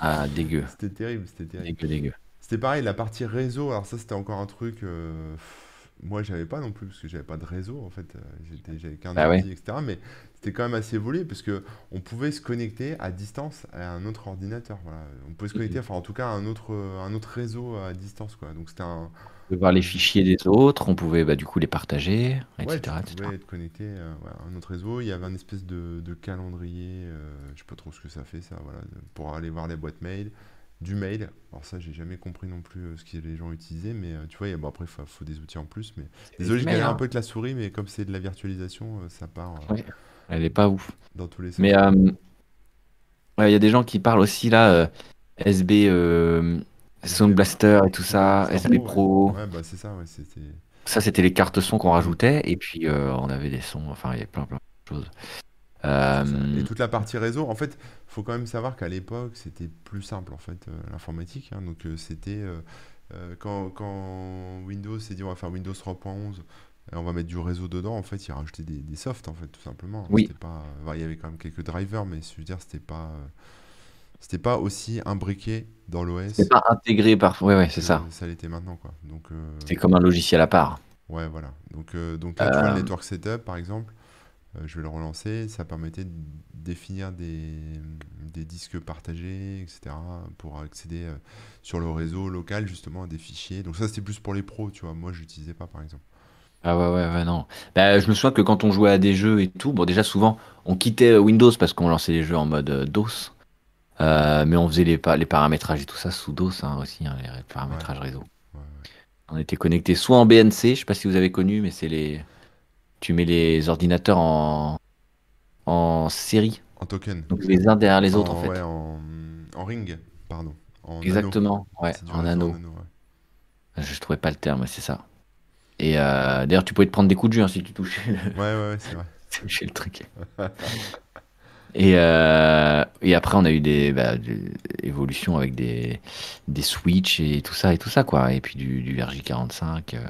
Ah, dégueu, C'était terrible, c'était terrible. dégueu, dégueu. C'était pareil, la partie réseau, alors ça c'était encore un truc. euh, pff, moi j'avais pas non plus, parce que j'avais pas de réseau en fait. euh, J'étais, j'avais qu'un Bah ouais. ordi, etc. Mais c'était quand même assez évolué, parce que on pouvait se connecter à distance à un autre ordinateur. Voilà. On pouvait se Mhm. connecter, enfin en tout cas à un autre, euh, un autre réseau à distance. Quoi. Donc c'était un. pouvait voir les fichiers des autres, on pouvait bah, du coup les partager, etc. Ouais, tu etc. pouvais être connecté euh, ouais, à un autre réseau. Il y avait un espèce de, de calendrier, euh, je sais pas trop ce que ça fait ça, voilà, de- pour aller voir les boîtes mail, du mail. Alors ça, j'ai jamais compris non plus euh, ce que les gens utilisaient, mais euh, tu vois, il y a- bon, après, il faut, faut des outils en plus. Mais désolé, je Mais, galère un hein, peu avec la souris, mais comme c'est de la virtualisation, euh, ça part euh, Ouais. Elle est pas ouf. dans tous les sens. Mais euh, ouais, il y a des gens qui parlent aussi là, euh, SB, euh, Sound Blaster et tout ça, C'est un SB pro, ouais. Pro. Ouais, bah c'est ça, ouais, c'était. Ça, c'était les cartes son qu'on rajoutait, et puis euh, on avait des sons, enfin, il y avait plein, plein de choses. Euh, C'est ça. Et toute la partie réseau, en fait, faut quand même savoir qu'à l'époque, c'était plus simple, en fait, euh, l'informatique. hein. donc, euh, c'était euh, euh, quand, quand Windows s'est dit on va faire Windows 3.11 et euh, on va mettre du réseau dedans, en fait, il rajoutait des, des softs, en fait, tout simplement. Oui. C'était Pas, euh, enfin, il y avait quand même quelques drivers, mais je veux dire, c'était pas, euh, c'était pas aussi imbriqué dans l'OS c'est pas intégré par. Ouais, ouais, c'est ça. ça l'était maintenant, quoi. Donc, euh, C'est comme un logiciel à part. Ouais, voilà. Donc, euh, donc là, tu vois, le network setup, par exemple, euh, je vais le relancer, ça permettait de définir des, des disques partagés, etc., pour accéder euh, sur le réseau local, justement, à des fichiers. Donc ça, c'était plus pour les pros, tu vois. Moi, je l'utilisais pas, par exemple. Ah ouais, ouais, ouais, non. Bah, je me souviens que quand on jouait à des jeux et tout, bon, déjà souvent, on quittait euh, Windows parce qu'on lançait les jeux en mode euh, DOS. Euh, mais on faisait les, pa- les paramétrages et tout ça sous DOS hein, aussi, hein, les paramétrages réseau. Ouais, ouais. On était connecté soit en BNC, je sais pas si vous avez connu, mais c'est les. Tu mets les ordinateurs en, en série, En token. donc les uns derrière les autres en fait. ouais, en, en ring, pardon. En anneau. Exactement, ouais, C'est du en réseau en anneau. anneau, ouais. Je trouvais pas le terme, mais c'est ça. Et euh, d'ailleurs, tu pouvais te prendre des coups de jus hein, si tu touchais le, Ouais, ouais, ouais, c'est vrai. touchais le truc. Et, euh, et après, on a eu des, bah, des évolutions avec des, des Switch et tout ça, et tout ça, quoi. Et puis du, du RJ45. euh.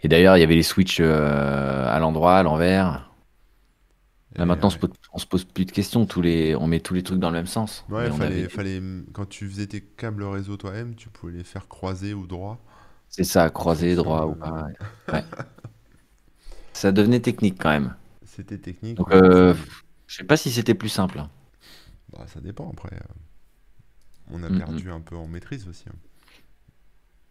Et d'ailleurs, il y avait les Switch euh, à l'endroit, à l'envers. Et *laughs* Là, maintenant, on se, ouais. pose, on se pose plus de questions. Tous les, on met tous les trucs dans le même sens. euh, Ouais, Mais on avait. fallait, fallait, quand tu faisais tes câbles réseau toi-même, tu pouvais les faire croiser ou droit C'est ça, en croisé, fonction droit de. ou pas. Ouais. Ouais. Ça devenait technique quand même. C'était technique, Donc, ouais. euh, c'est- je sais pas si c'était plus simple. hein. bah, ça dépend après. euh, On a Mm, mm. perdu un peu en maîtrise aussi. hein.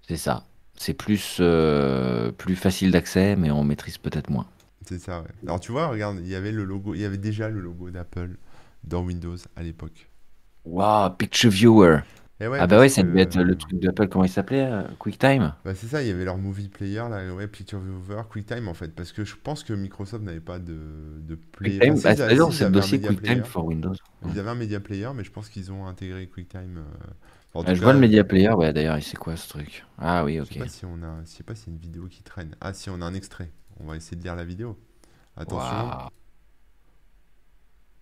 C'est ça. C'est plus, euh, plus facile d'accès, mais on maîtrise peut-être moins. C'est ça, ouais. Alors tu vois, regarde, il y avait le logo, il y avait déjà le logo d'Apple dans Windows à l'époque. Wow, Picture Viewer. Et ouais, Ah bah ouais, parce que ça devait être euh, le truc d'Apple, comment il s'appelait euh, QuickTime? bah, c'est ça, il y avait leur movie player là, ouais, Picture Viewer, QuickTime en fait, parce que je pense que Microsoft n'avait pas de, de play, enfin QuickTime, si bah, ils, a- d'ailleurs, si, ils c'est le avaient un dossier media QuickTime player, for Windows. Ouais. ils avaient un media player, mais je pense qu'ils ont intégré QuickTime. euh, en Euh, tout je vois cas, le euh, Media Player, ouais, d'ailleurs, et c'est quoi ce truc? Ah oui, je sais ok. pas si on a, je sais pas s'il y a une vidéo qui traîne. Ah si, on a un extrait. On va essayer de lire la vidéo. Attention, Waouh.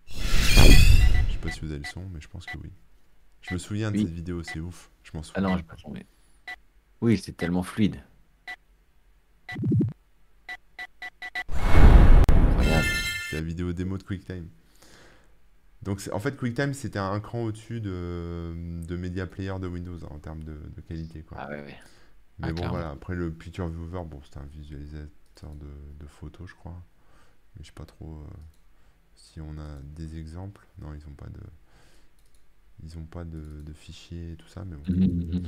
je sais pas si vous avez le son, mais je pense que oui. Je me souviens de Oui. cette vidéo, c'est ouf. Je m'en Ah souviens. non, j'ai pas tombé. Oui, c'est tellement fluide. Incroyable. C'est la vidéo démo de QuickTime. Donc, c'est- en fait, QuickTime, c'était un cran au-dessus de, de Media Player de Windows hein, en termes de, de qualité, quoi. Ah ouais, ouais. Ah, Mais bon, clairement. voilà. Après, le Picture Viewer, bon, c'était un visualisateur de, de photos, je crois. Mais je sais pas trop euh, si on a des exemples. Non, ils ont pas de, ils ont pas de, de fichiers et tout ça, mais bon.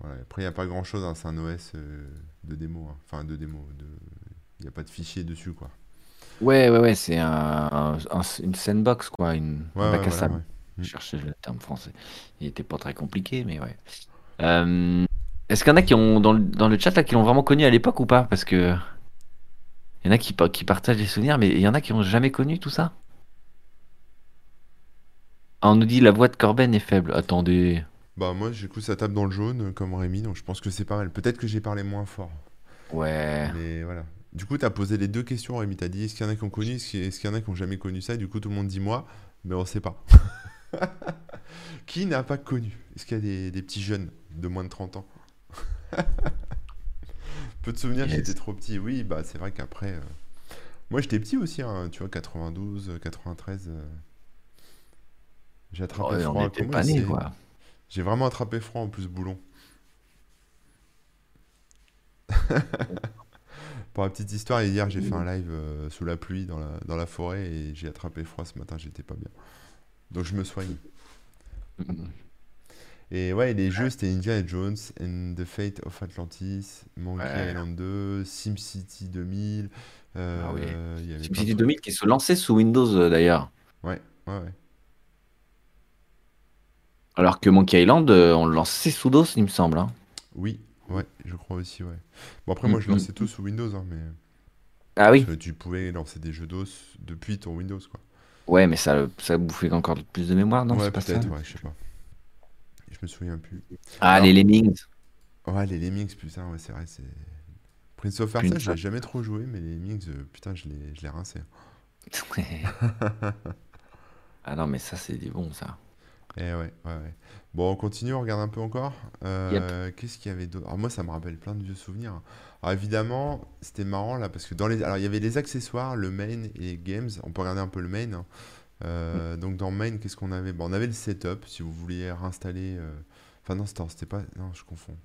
Voilà. Après, il n'y a pas grand-chose. hein, C'est un OS euh, de démo. hein. Enfin, de démo. De... Il n'y a pas de fichier dessus, quoi. *laughs* Ouais, ouais, ouais, c'est un, un- une sandbox, quoi, une, Ouais, un ouais, bac à voilà, sable. ouais. Mm. Je cherchais le terme français. Il était pas très compliqué, mais ouais. Euh, est-ce qu'il y en a qui ont, dans le, dans le chat, là, qui l'ont vraiment connu à l'époque ou pas? Parce que il y en a qui, par- qui partagent des souvenirs, mais il y en a qui ont jamais connu tout ça. Ah, on nous dit la voix de Corben est faible. Attendez. Bah moi du coup ça tape dans le jaune euh, comme Rémi donc je pense que c'est pas mal. Peut-être que j'ai parlé moins fort. Ouais. Mais voilà. Du coup t'as posé les deux questions Rémi, t'as dit est-ce qu'il y en a qui ont connu, est-ce qu'il est-ce qu'il y en a qui ont jamais connu ça et du coup tout le monde dit moi, mais on sait pas. *laughs* Qui n'a pas connu? Est-ce qu'il y a des, des petits jeunes de moins de 30 ans? *laughs* Peu de souvenirs, j'étais Yes. trop petit. Oui, bah c'est vrai qu'après... euh, Moi j'étais petit aussi, hein, tu vois, 92, euh, 93, euh, j'ai Oh, attrapé on froid. n'était Comment pas il nés, s'est... quoi. J'ai vraiment attrapé froid en plus *laughs* boulon. Pour la petite histoire, hier j'ai fait un live euh, sous la pluie dans la, dans la forêt et j'ai attrapé froid ce matin, j'étais pas bien. Donc je me soigne. Et ouais, les jeux c'était Indiana Jones and the Fate of Atlantis, Monkey Ouais. Island 2, SimCity 2000, Ah oui. euh, il y avait plein de SimCity trucs. 2000 qui se lançait sous Windows, euh, d'ailleurs. Ouais, ouais, ouais. Alors que Monkey Island, euh, on le lançait sous DOS, il me semble. hein. Oui, ouais, je crois aussi, ouais. Bon après Mm, moi je mm. lançais tout sous Windows, hein, mais... Ah Parce oui. que tu pouvais lancer des jeux DOS depuis ton Windows, quoi. Ouais, mais ça, ça bouffait encore plus de mémoire, non? Ouais, C'est pas ça? peut-être, ouais, je sais pas. Je me souviens plus. Ah, les Alors, *laughs* Lemmings. ouais, les Lemmings, putain, ouais, c'est vrai, c'est... Prince of Prince Persia, je l'ai jamais trop joué, mais les Lemmings, euh, putain, je l'ai, je l'ai rincé. of- Ah non, mais ça, c'est des bons, ça. Eh ouais, ouais, ouais. Bon, on continue, on regarde un peu encore. Yep. Euh, qu'est-ce qu'il y avait d'autre? Alors moi, ça me rappelle plein de vieux souvenirs. hein. Alors évidemment, c'était marrant là, parce que dans les... Alors, il y avait les accessoires, le main et les games. On peut regarder un peu le main. hein. Euh, donc dans main, qu'est-ce qu'on avait? Bon, on avait le setup, si vous vouliez réinstaller... euh, Enfin non, c'était c'était pas... Non, je confonds.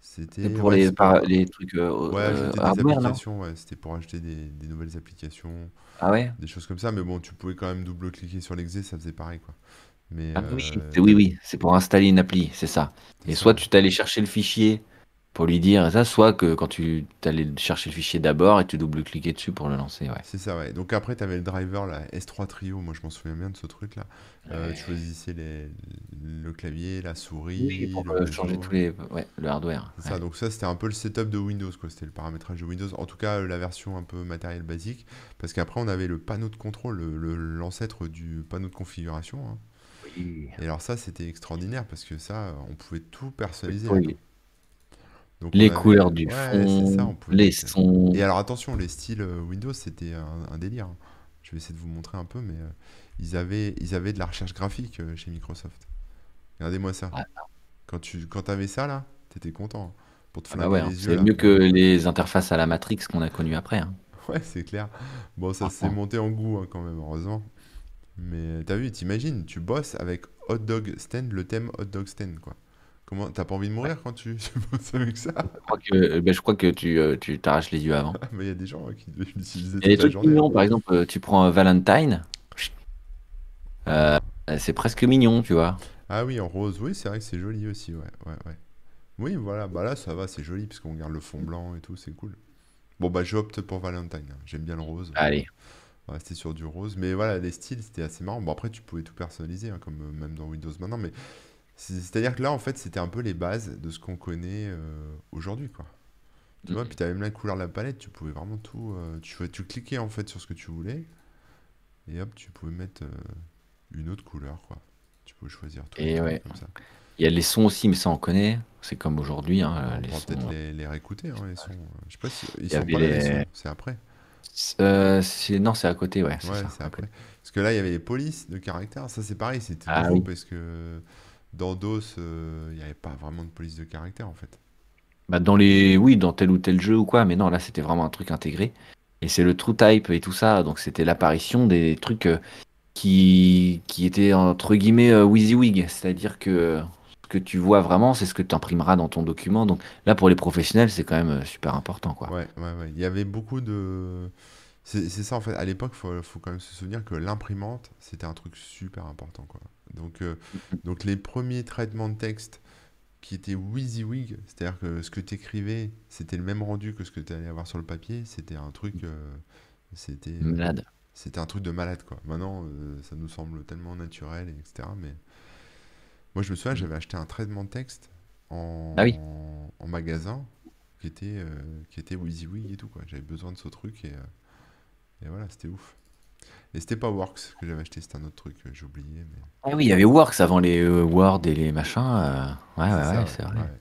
C'était C'est pour ouais, les, c'est pour- par- les trucs euh, ouais, euh, ajouter des hardware, non applications, ouais, c'était pour acheter des, des nouvelles applications, Ah ouais des choses comme ça, mais bon, tu pouvais quand même double-cliquer sur l'exé, ça faisait pareil, quoi. Mais Ah oui, euh, c'est- oui, oui, c'est pour installer une appli, c'est ça. c'est Et ça, soit ouais. tu t'allais chercher le fichier pour lui dire ça, soit que quand tu t'allais chercher le fichier d'abord et tu double-cliquais dessus pour le lancer, ouais. C'est ça, ouais. Donc après, tu avais le driver, la S3 Trio, moi je m'en souviens bien de ce truc-là. Euh, tu Ouais. choisissais les- le clavier, la Oui, souris, pour le euh, changer réseau. tous les... Ouais, le hardware. C'est ouais. ça, donc ça c'était un peu le setup de Windows, quoi. C'était le paramétrage de Windows, en tout cas euh, la version un peu matériel basique, parce qu'après on avait le panneau de contrôle, le- le- l'ancêtre du panneau de configuration. hein. Oui. Et alors ça c'était extraordinaire, parce que ça, euh, on pouvait tout personnaliser Oui. là-dedans. Donc on Les avait... couleurs du Ouais, c'est ça, on fond, pouvait les mettre... sons. Et alors attention, les styles euh, Windows, c'était un, un délire. hein. Je vais essayer de vous montrer un peu, mais euh, ils, avaient, ils avaient de la recherche graphique euh, chez Microsoft. Regardez-moi ça. Ah, Quand tu quand avais ça là, t'étais content hein, pour te ah bah flinguer ouais, hein, les yeux c'est là. mieux que les interfaces à la Matrix qu'on a connues après. hein. *laughs* Ouais, c'est clair. Bon, ça s'est Franchement. monté en goût hein, quand même, heureusement. Mais euh, t'as vu, t'imagines, tu bosses avec Hot Dog Stand, le thème Hot Dog Stand, quoi. Comment, t'as pas envie de mourir quand tu, *laughs* tu bosses avec ça? Je crois que, bah, je crois que tu euh, tu t'arraches les yeux avant. Mais il y a des gens hein, qui *laughs* devaient l'utiliser Il y a des toute la trucs journée. hein. mignons, par exemple, euh, tu prends euh, Valentine, chut, euh, c'est presque mignon, tu vois. Ah oui, en rose, oui, c'est vrai que c'est joli aussi, ouais, ouais, ouais. Oui, voilà, bah là ça va, c'est joli parce qu'on garde le fond blanc et tout, c'est cool. Bon bah j'opte pour Valentine, hein. j'aime bien le rose, donc Allez, on va rester sur du rose. Mais voilà, les styles c'était assez marrant. Bon après tu pouvais tout personnaliser, hein, comme euh, même dans Windows maintenant, mais c'est- c'est-à-dire que là en fait c'était un peu les bases de ce qu'on connaît euh, aujourd'hui, quoi. Tu Mm-hmm. vois, puis t'avais même la couleur de la palette, tu pouvais vraiment tout, euh, tu, fais- tu cliquais en fait sur ce que tu voulais et hop, tu pouvais mettre euh, une autre couleur, quoi. Tu pouvais choisir tous les et trucs ouais. comme ça. Il y a les sons aussi, mais ça on connaît. C'est comme aujourd'hui, hein, Bah, on les pourra sons. peut-être les, les réécouter, hein, les sons. Je sais pas si ils Il y sont avait pas là les sons, les. c'est après. Euh, c'est- non, c'est à côté, ouais, *laughs* c'est Ouais, ça. c'est à après. côté. Parce que là, il y avait les polices de caractère. Ça, c'est pareil, c'était Ah nouveau oui. parce que dans DOS, euh, il n'y avait pas vraiment de police de caractère en fait. Bah, dans les, oui, dans tel ou tel jeu ou quoi, mais non, là c'était vraiment un truc intégré. Et c'est le true type et tout ça, donc c'était l'apparition des trucs euh, qui, qui étaient entre guillemets euh, WYSIWYG, c'est-à-dire que euh, ce que tu vois vraiment, c'est ce que tu imprimeras dans ton document. Donc là, pour les professionnels, c'est quand même euh, super important, quoi. Ouais, ouais, ouais. Il y avait beaucoup de. C'est c'est ça en fait. À l'époque, faut, faut quand même se souvenir que l'imprimante, c'était un truc super important quoi. Donc, *laughs* euh, donc les premiers traitements de texte qui étaient WYSIWYG, c'est-à-dire que ce que tu écrivais, c'était le même rendu que ce que tu allais avoir sur le papier, c'était un Mm. truc, euh, c'était, euh, Malade. c'était un truc de malade quoi. Maintenant, euh, ça nous semble tellement naturel, et etc. Mais moi, je me souviens, j'avais acheté un traitement de texte Ah oui. en, en magasin qui était, euh, qui était WYSIWYG et tout quoi. J'avais besoin de ce truc et, euh, et voilà, c'était ouf. Et c'était pas Works que j'avais acheté, c'était un autre truc, euh, j'ai oublié, mais Ah oui, il y avait Works avant les euh, Word et les machins. euh, Ouais, c'est ouais, ça, ouais, ouais. c'est vrai. Ouais.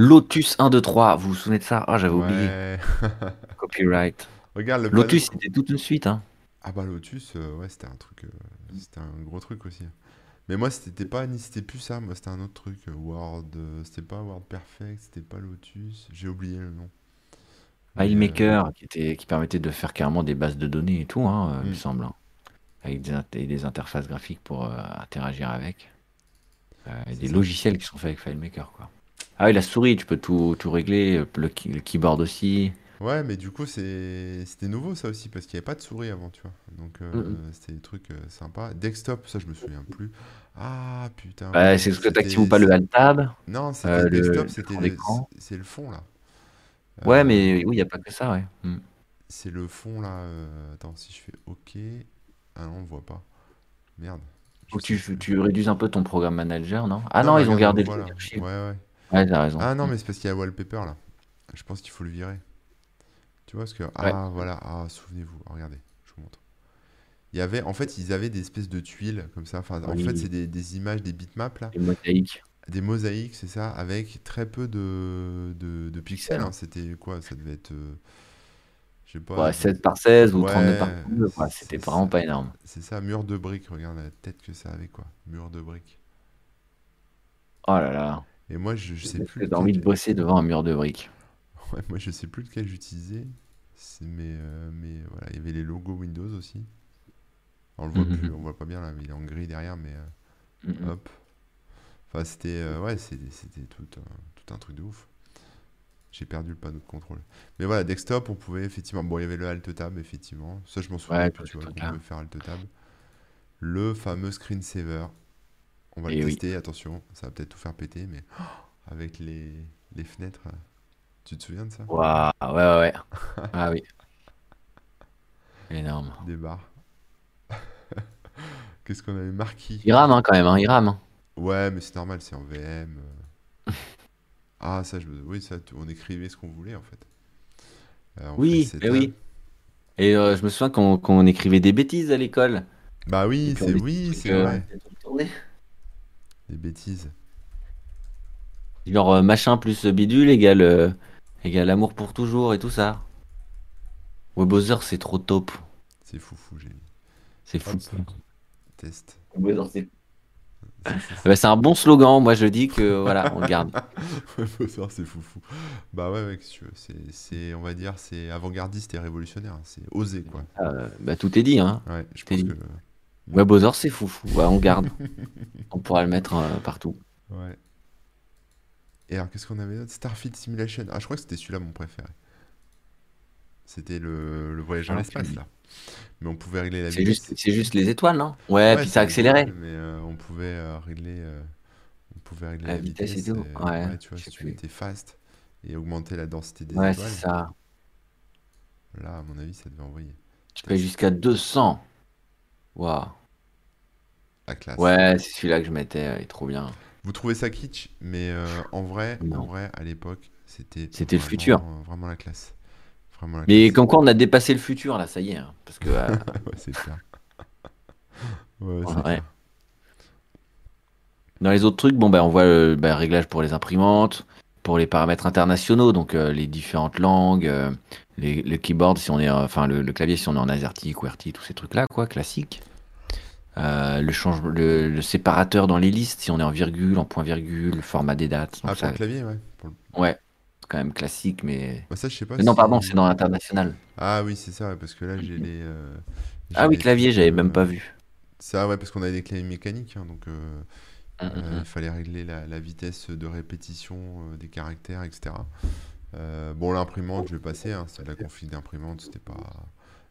Lotus 1, 2, 3, vous vous souvenez de ça Ah, j'avais oublié. Ouais. Copyright. Regarde le panneau. Lotus, c'était toute une suite, hein. Ah bah Lotus, euh, ouais, c'était un truc, euh, c'était un gros truc aussi. Mais moi, c'était pas, ni c'était plus ça, moi, c'était un autre truc. euh, Word, euh, c'était pas Word Perfect, c'était pas Lotus, j'ai oublié le nom. Mais euh, FileMaker, qui, était, qui permettait de faire carrément des bases de données et tout, hein, euh, il me hmm. semble. hein, avec des, int- et des interfaces graphiques pour euh, interagir avec. euh, et c'est des ça. logiciels qui sont faits avec FileMaker, quoi. Ah oui, la souris, tu peux tout, tout régler, euh, le, key- le keyboard aussi. Ouais, mais du coup, c'est, c'était nouveau ça aussi parce qu'il n'y avait pas de souris avant, tu vois. Donc Mm, euh, c'était des trucs euh, sympas. Desktop, ça, je me souviens plus. Ah putain, mm. ouais, Euh, c'est ce que tu actives ou c'était, pas le Alt Tab, non, c'était euh, le, desktop, le c'était fond le- c'est d'écran. c'est le fond là. Ouais, Euh, mais oui, il n'y a pas que ça, ouais. Mm. C'est le fond là. euh, Attends, si je fais OK. Ah non, on voit pas. Merde, je Faut que sais tu, plus. tu réduis un peu ton programme manager, non? Ah Non, non, mais ils ont regarde, on le gardé le voit truc là. archive. Ouais, ouais. Ouais, t'as raison. Ah non, Mm. mais c'est parce qu'il y a wallpaper là. Je pense qu'il faut le virer. Tu vois, parce que. Ouais. Ah voilà, ah, souvenez-vous. Regardez, je vous montre. Il y avait, en fait, ils avaient des espèces de tuiles comme ça. Enfin, en fait, c'est Oui, des, des images, des bitmaps là. les mosaïques, Des mosaïques, c'est ça, avec très peu de, de, de pixels. pixels. hein. C'était quoi? Ça devait être. euh, je sais pas. Ouais, de- 16 par 16 ou 32 par Ouais, 32, c'est quoi. C'était c'est vraiment ça. pas énorme. C'est ça, mur de briques, regarde la tête que ça avait, quoi. Mur de briques. Oh là là. Et moi, je, je sais Est-ce plus que t'as lequel. envie de bosser devant un mur de briques? *laughs* Ouais, moi, je sais plus lequel j'utilisais. C'est- Mais, euh, mais voilà, il y avait les logos Windows aussi. On le voit plus, Mhm, on voit pas bien là, mais il est en gris derrière, mais euh, mhm, mhm. hop. Enfin, c'était euh, ouais, c'était c'était tout, un- tout un truc de ouf. J'ai perdu le panneau de contrôle. Mais voilà, desktop, on pouvait effectivement. Bon, il y avait le Alt Tab, effectivement. Ça, je m'en souviens Ouais, plus, tout tu ce vois, qu'on truc-là. pouvait faire Alt Tab. Le fameux screensaver. On va Eh le oui. tester, attention, ça va peut-être tout faire péter, mais *gasps* oh, avec les, les fenêtres. euh, Tu te souviens de ça Waouh, ouais, ouais, *laughs* ouais. Ah oui. Énorme. Des barres. *laughs* Qu'est-ce qu'on avait marqué Il rame hein, quand même, hein, il rame. hein. Ouais, mais c'est normal, c'est en VM. euh. Ah, ça, je me... oui, ça, tu- on écrivait ce qu'on voulait en fait. Euh, on Oui, fait mais setup. oui. Et euh, je me souviens qu'on qu'on écrivait des bêtises à l'école. Bah oui, Et puis on c'est dit oui, des c'est trucs, euh, vrai. tournés. Des bêtises. Genre euh, machin plus bidule égale, euh, égale amour pour toujours et tout ça. Webosor c'est trop top. C'est foufou, j'ai mis. C'est fou. Test. *laughs* c'est C'est foufou. Ah bah, un bon slogan, moi je dis que voilà, on le *laughs* garde. Ouais, faut savoir, c'est foufou. Bah ouais, ouais, qu'est-ce que tu veux, c'est, c'est, on va dire, c'est avant-gardiste et révolutionnaire. hein, C'est osé, quoi. Euh, bah tout est dit, hein. Ouais, je T'es pense dit. que. Webosor c'est fou, Ouais, on garde. on pourra le mettre euh, partout. Ouais. Et alors, qu'est-ce qu'on avait d'autre Starfleet Simulation. Ah, je crois que c'était celui-là mon préféré. C'était le, le voyage dans Ah, l'espace, tu- là. Mais on pouvait régler la C'est vitesse. juste, c'est juste les étoiles, non ouais, Ouais, puis ça c'est accélérait. drôle, Mais euh, on pouvait euh, régler, euh, on pouvait régler La vitesse et tout, ouais, tu vois, je si sais tu plus. mettais fast et augmenter la densité des Ouais, étoiles, c'est ça. là, à mon avis, ça devait envoyer Tu peux jusqu'à 200. Waouh. la classe. Ouais, c'est celui-là que je mettais, euh, il est trop bien. Vous trouvez ça kitsch, mais euh, en vrai, en Non. vrai, à l'époque, c'était C'était le vraiment- euh, futur. Vraiment la classe. Vraiment la Mais classe. comme quoi on a dépassé le futur là, ça y est. hein, parce que euh, Ouais, c'est clair. Ouais, c'est Ouais. clair. dans les autres trucs, bon ben on voit le ben, réglage pour les imprimantes, pour les paramètres internationaux, donc euh, les différentes langues, euh, les, le keyboard si on est, euh, enfin le, le clavier si on est en AZERTY, QWERTY, tous ces trucs là quoi, classique. Euh, le, change, le, le séparateur dans les listes si on est en virgule, en point virgule, le format des dates. donc Ah, pour ça, le clavier, ouais. Pour le- ouais, c'est quand même classique, mais Bah, ça, je sais pas. Mais non si- pardon, c'est dans l'international. Ah oui, c'est ça, ouais, parce que là, j'ai les. euh, Ah j'ai oui, les clavier, trucs, j'avais même euh, pas vu. Ça, ouais, parce qu'on avait des claviers mécaniques, hein, donc euh, Hum, hum, euh, hum. il fallait régler la, la vitesse de répétition euh, des caractères, etc. Euh, bon, l'imprimante, je vais passer, hein, c'est de la config d'imprimante, c'était pas.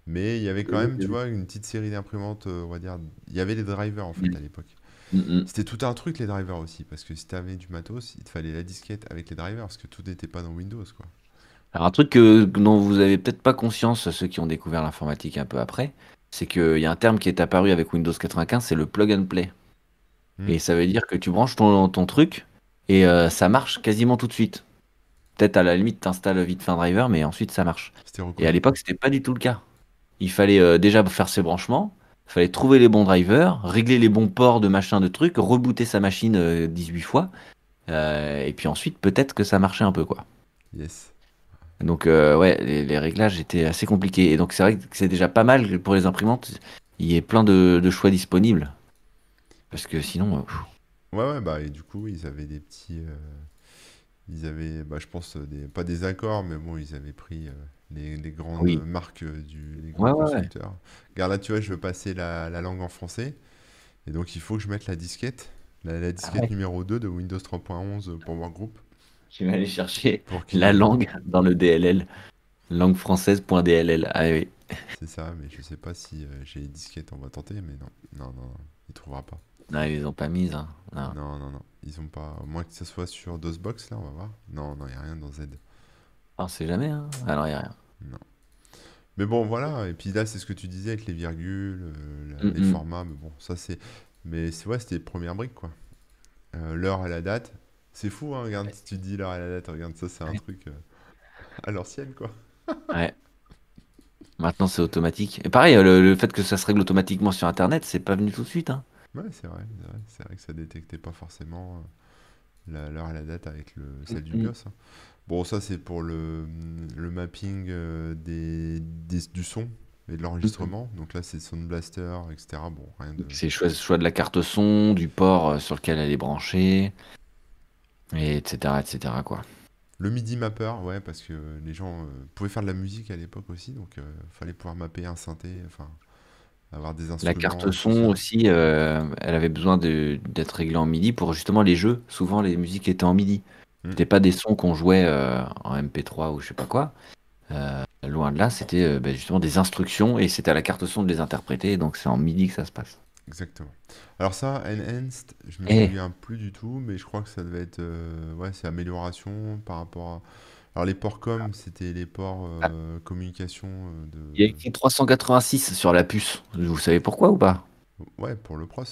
Mais il y avait quand même, tu vois, une petite série d'imprimantes, euh, on va dire. Il y avait les drivers, en Mm. fait, à l'époque. Hum, hum. C'était tout un truc, les drivers aussi, parce que si t'avais du matos, il te fallait la disquette avec les drivers, parce que tout n'était pas dans Windows, quoi. Alors, un truc que- dont vous avez peut-être pas conscience, ceux qui ont découvert l'informatique un peu après, c'est qu'il y a un terme qui est apparu avec Windows 95, c'est le plug and play. Hmm. Et ça veut dire que tu branches ton, ton truc et euh, ça marche quasiment tout de suite. Peut-être à la limite, t'installes vite fait un driver, mais ensuite ça marche. C'était Et à reconnu. l'époque, c'était pas du tout le cas. Il fallait euh, déjà faire ses branchements, fallait trouver les bons drivers, régler les bons ports de machin de trucs, rebooter sa machine euh, 18 fois, euh, et puis ensuite, peut-être que ça marchait un peu, quoi. Yes. Donc euh, ouais, les, les réglages étaient assez compliqués. Et donc c'est vrai que c'est déjà pas mal pour les imprimantes. Il y a plein de, de choix disponibles. Parce que sinon, euh, pff, Ouais, ouais, bah, et du coup, ils avaient des petits. euh, ils avaient, bah, je pense, euh, des, pas des accords, mais bon, ils avaient pris euh, les, les grandes Oui. marques euh, du, les Ouais, grands ouais, ouais. constructeurs. Regarde, là, tu vois, je veux passer la, la langue en français, et donc il faut que je mette la disquette, la, la disquette Ah ouais. numéro 2 de Windows 3.11 pour Workgroup. je vais aller chercher Pour qu'il- la langue dans le DLL. Langue française.dll. Ah oui. C'est ça, mais je sais pas si euh, j'ai les disquettes, on va tenter, mais non, non, non, non, il trouvera pas. Non, ils les ont pas mises. hein. Non. Non, non, non, ils ont pas. Au moins que ce soit sur DOSBox, là, on va voir. Non, non, il a rien dans Z. On sait jamais. Hein. Alors il y a rien. Mais bon, voilà. Et puis là, c'est ce que tu disais avec les virgules, euh, la- les Mhm. formats. Mais bon, ça, c'est. Mais c'est ouais, c'était les premières briques, quoi. Euh, l'heure et la date. C'est fou, hein, regarde, si tu dis l'heure et la date, regarde, ça, c'est un truc euh, à l'ancienne, quoi. Maintenant c'est automatique. Et pareil, le, le fait que ça se règle automatiquement sur Internet, c'est pas venu tout de suite. hein. Ouais, c'est vrai, c'est vrai, c'est vrai que ça détectait pas forcément euh, la- l'heure et la date avec le, celle du Mhm. BIOS. hein. Bon, ça, c'est pour le, le mapping euh, des, des- du son et de Mm, l'enregistrement. Donc là, c'est Sound Blaster, etc. Bon, rien de. C'est le choix, choix de la carte son, du port euh, sur lequel elle est branchée, et etc. etc. quoi. Le MIDI mapper, ouais, parce que les gens euh, pouvaient faire de la musique à l'époque aussi, donc il fallait pouvoir mapper un synthé, enfin avoir des instruments. La carte tout son ça. aussi, euh, elle avait besoin de- d'être réglée en MIDI pour justement les jeux. Souvent, les musiques étaient en MIDI. Mm. C'était pas des sons qu'on jouait euh, en MP3 ou je sais pas quoi. Euh, loin de là, c'était euh, ben, justement des instructions et c'était à la carte son de les interpréter. Donc c'est en MIDI que ça se passe. Exactement. Alors ça, Enhanced, je me Eh. souviens plus du tout, mais je crois que ça devait être... euh, ouais, c'est amélioration par rapport à... Alors les ports Ah. com, c'était les ports euh, communication euh, de... Il y a écrit 386 sur la puce. Vous savez pourquoi ou pas Ouais, pour le pros.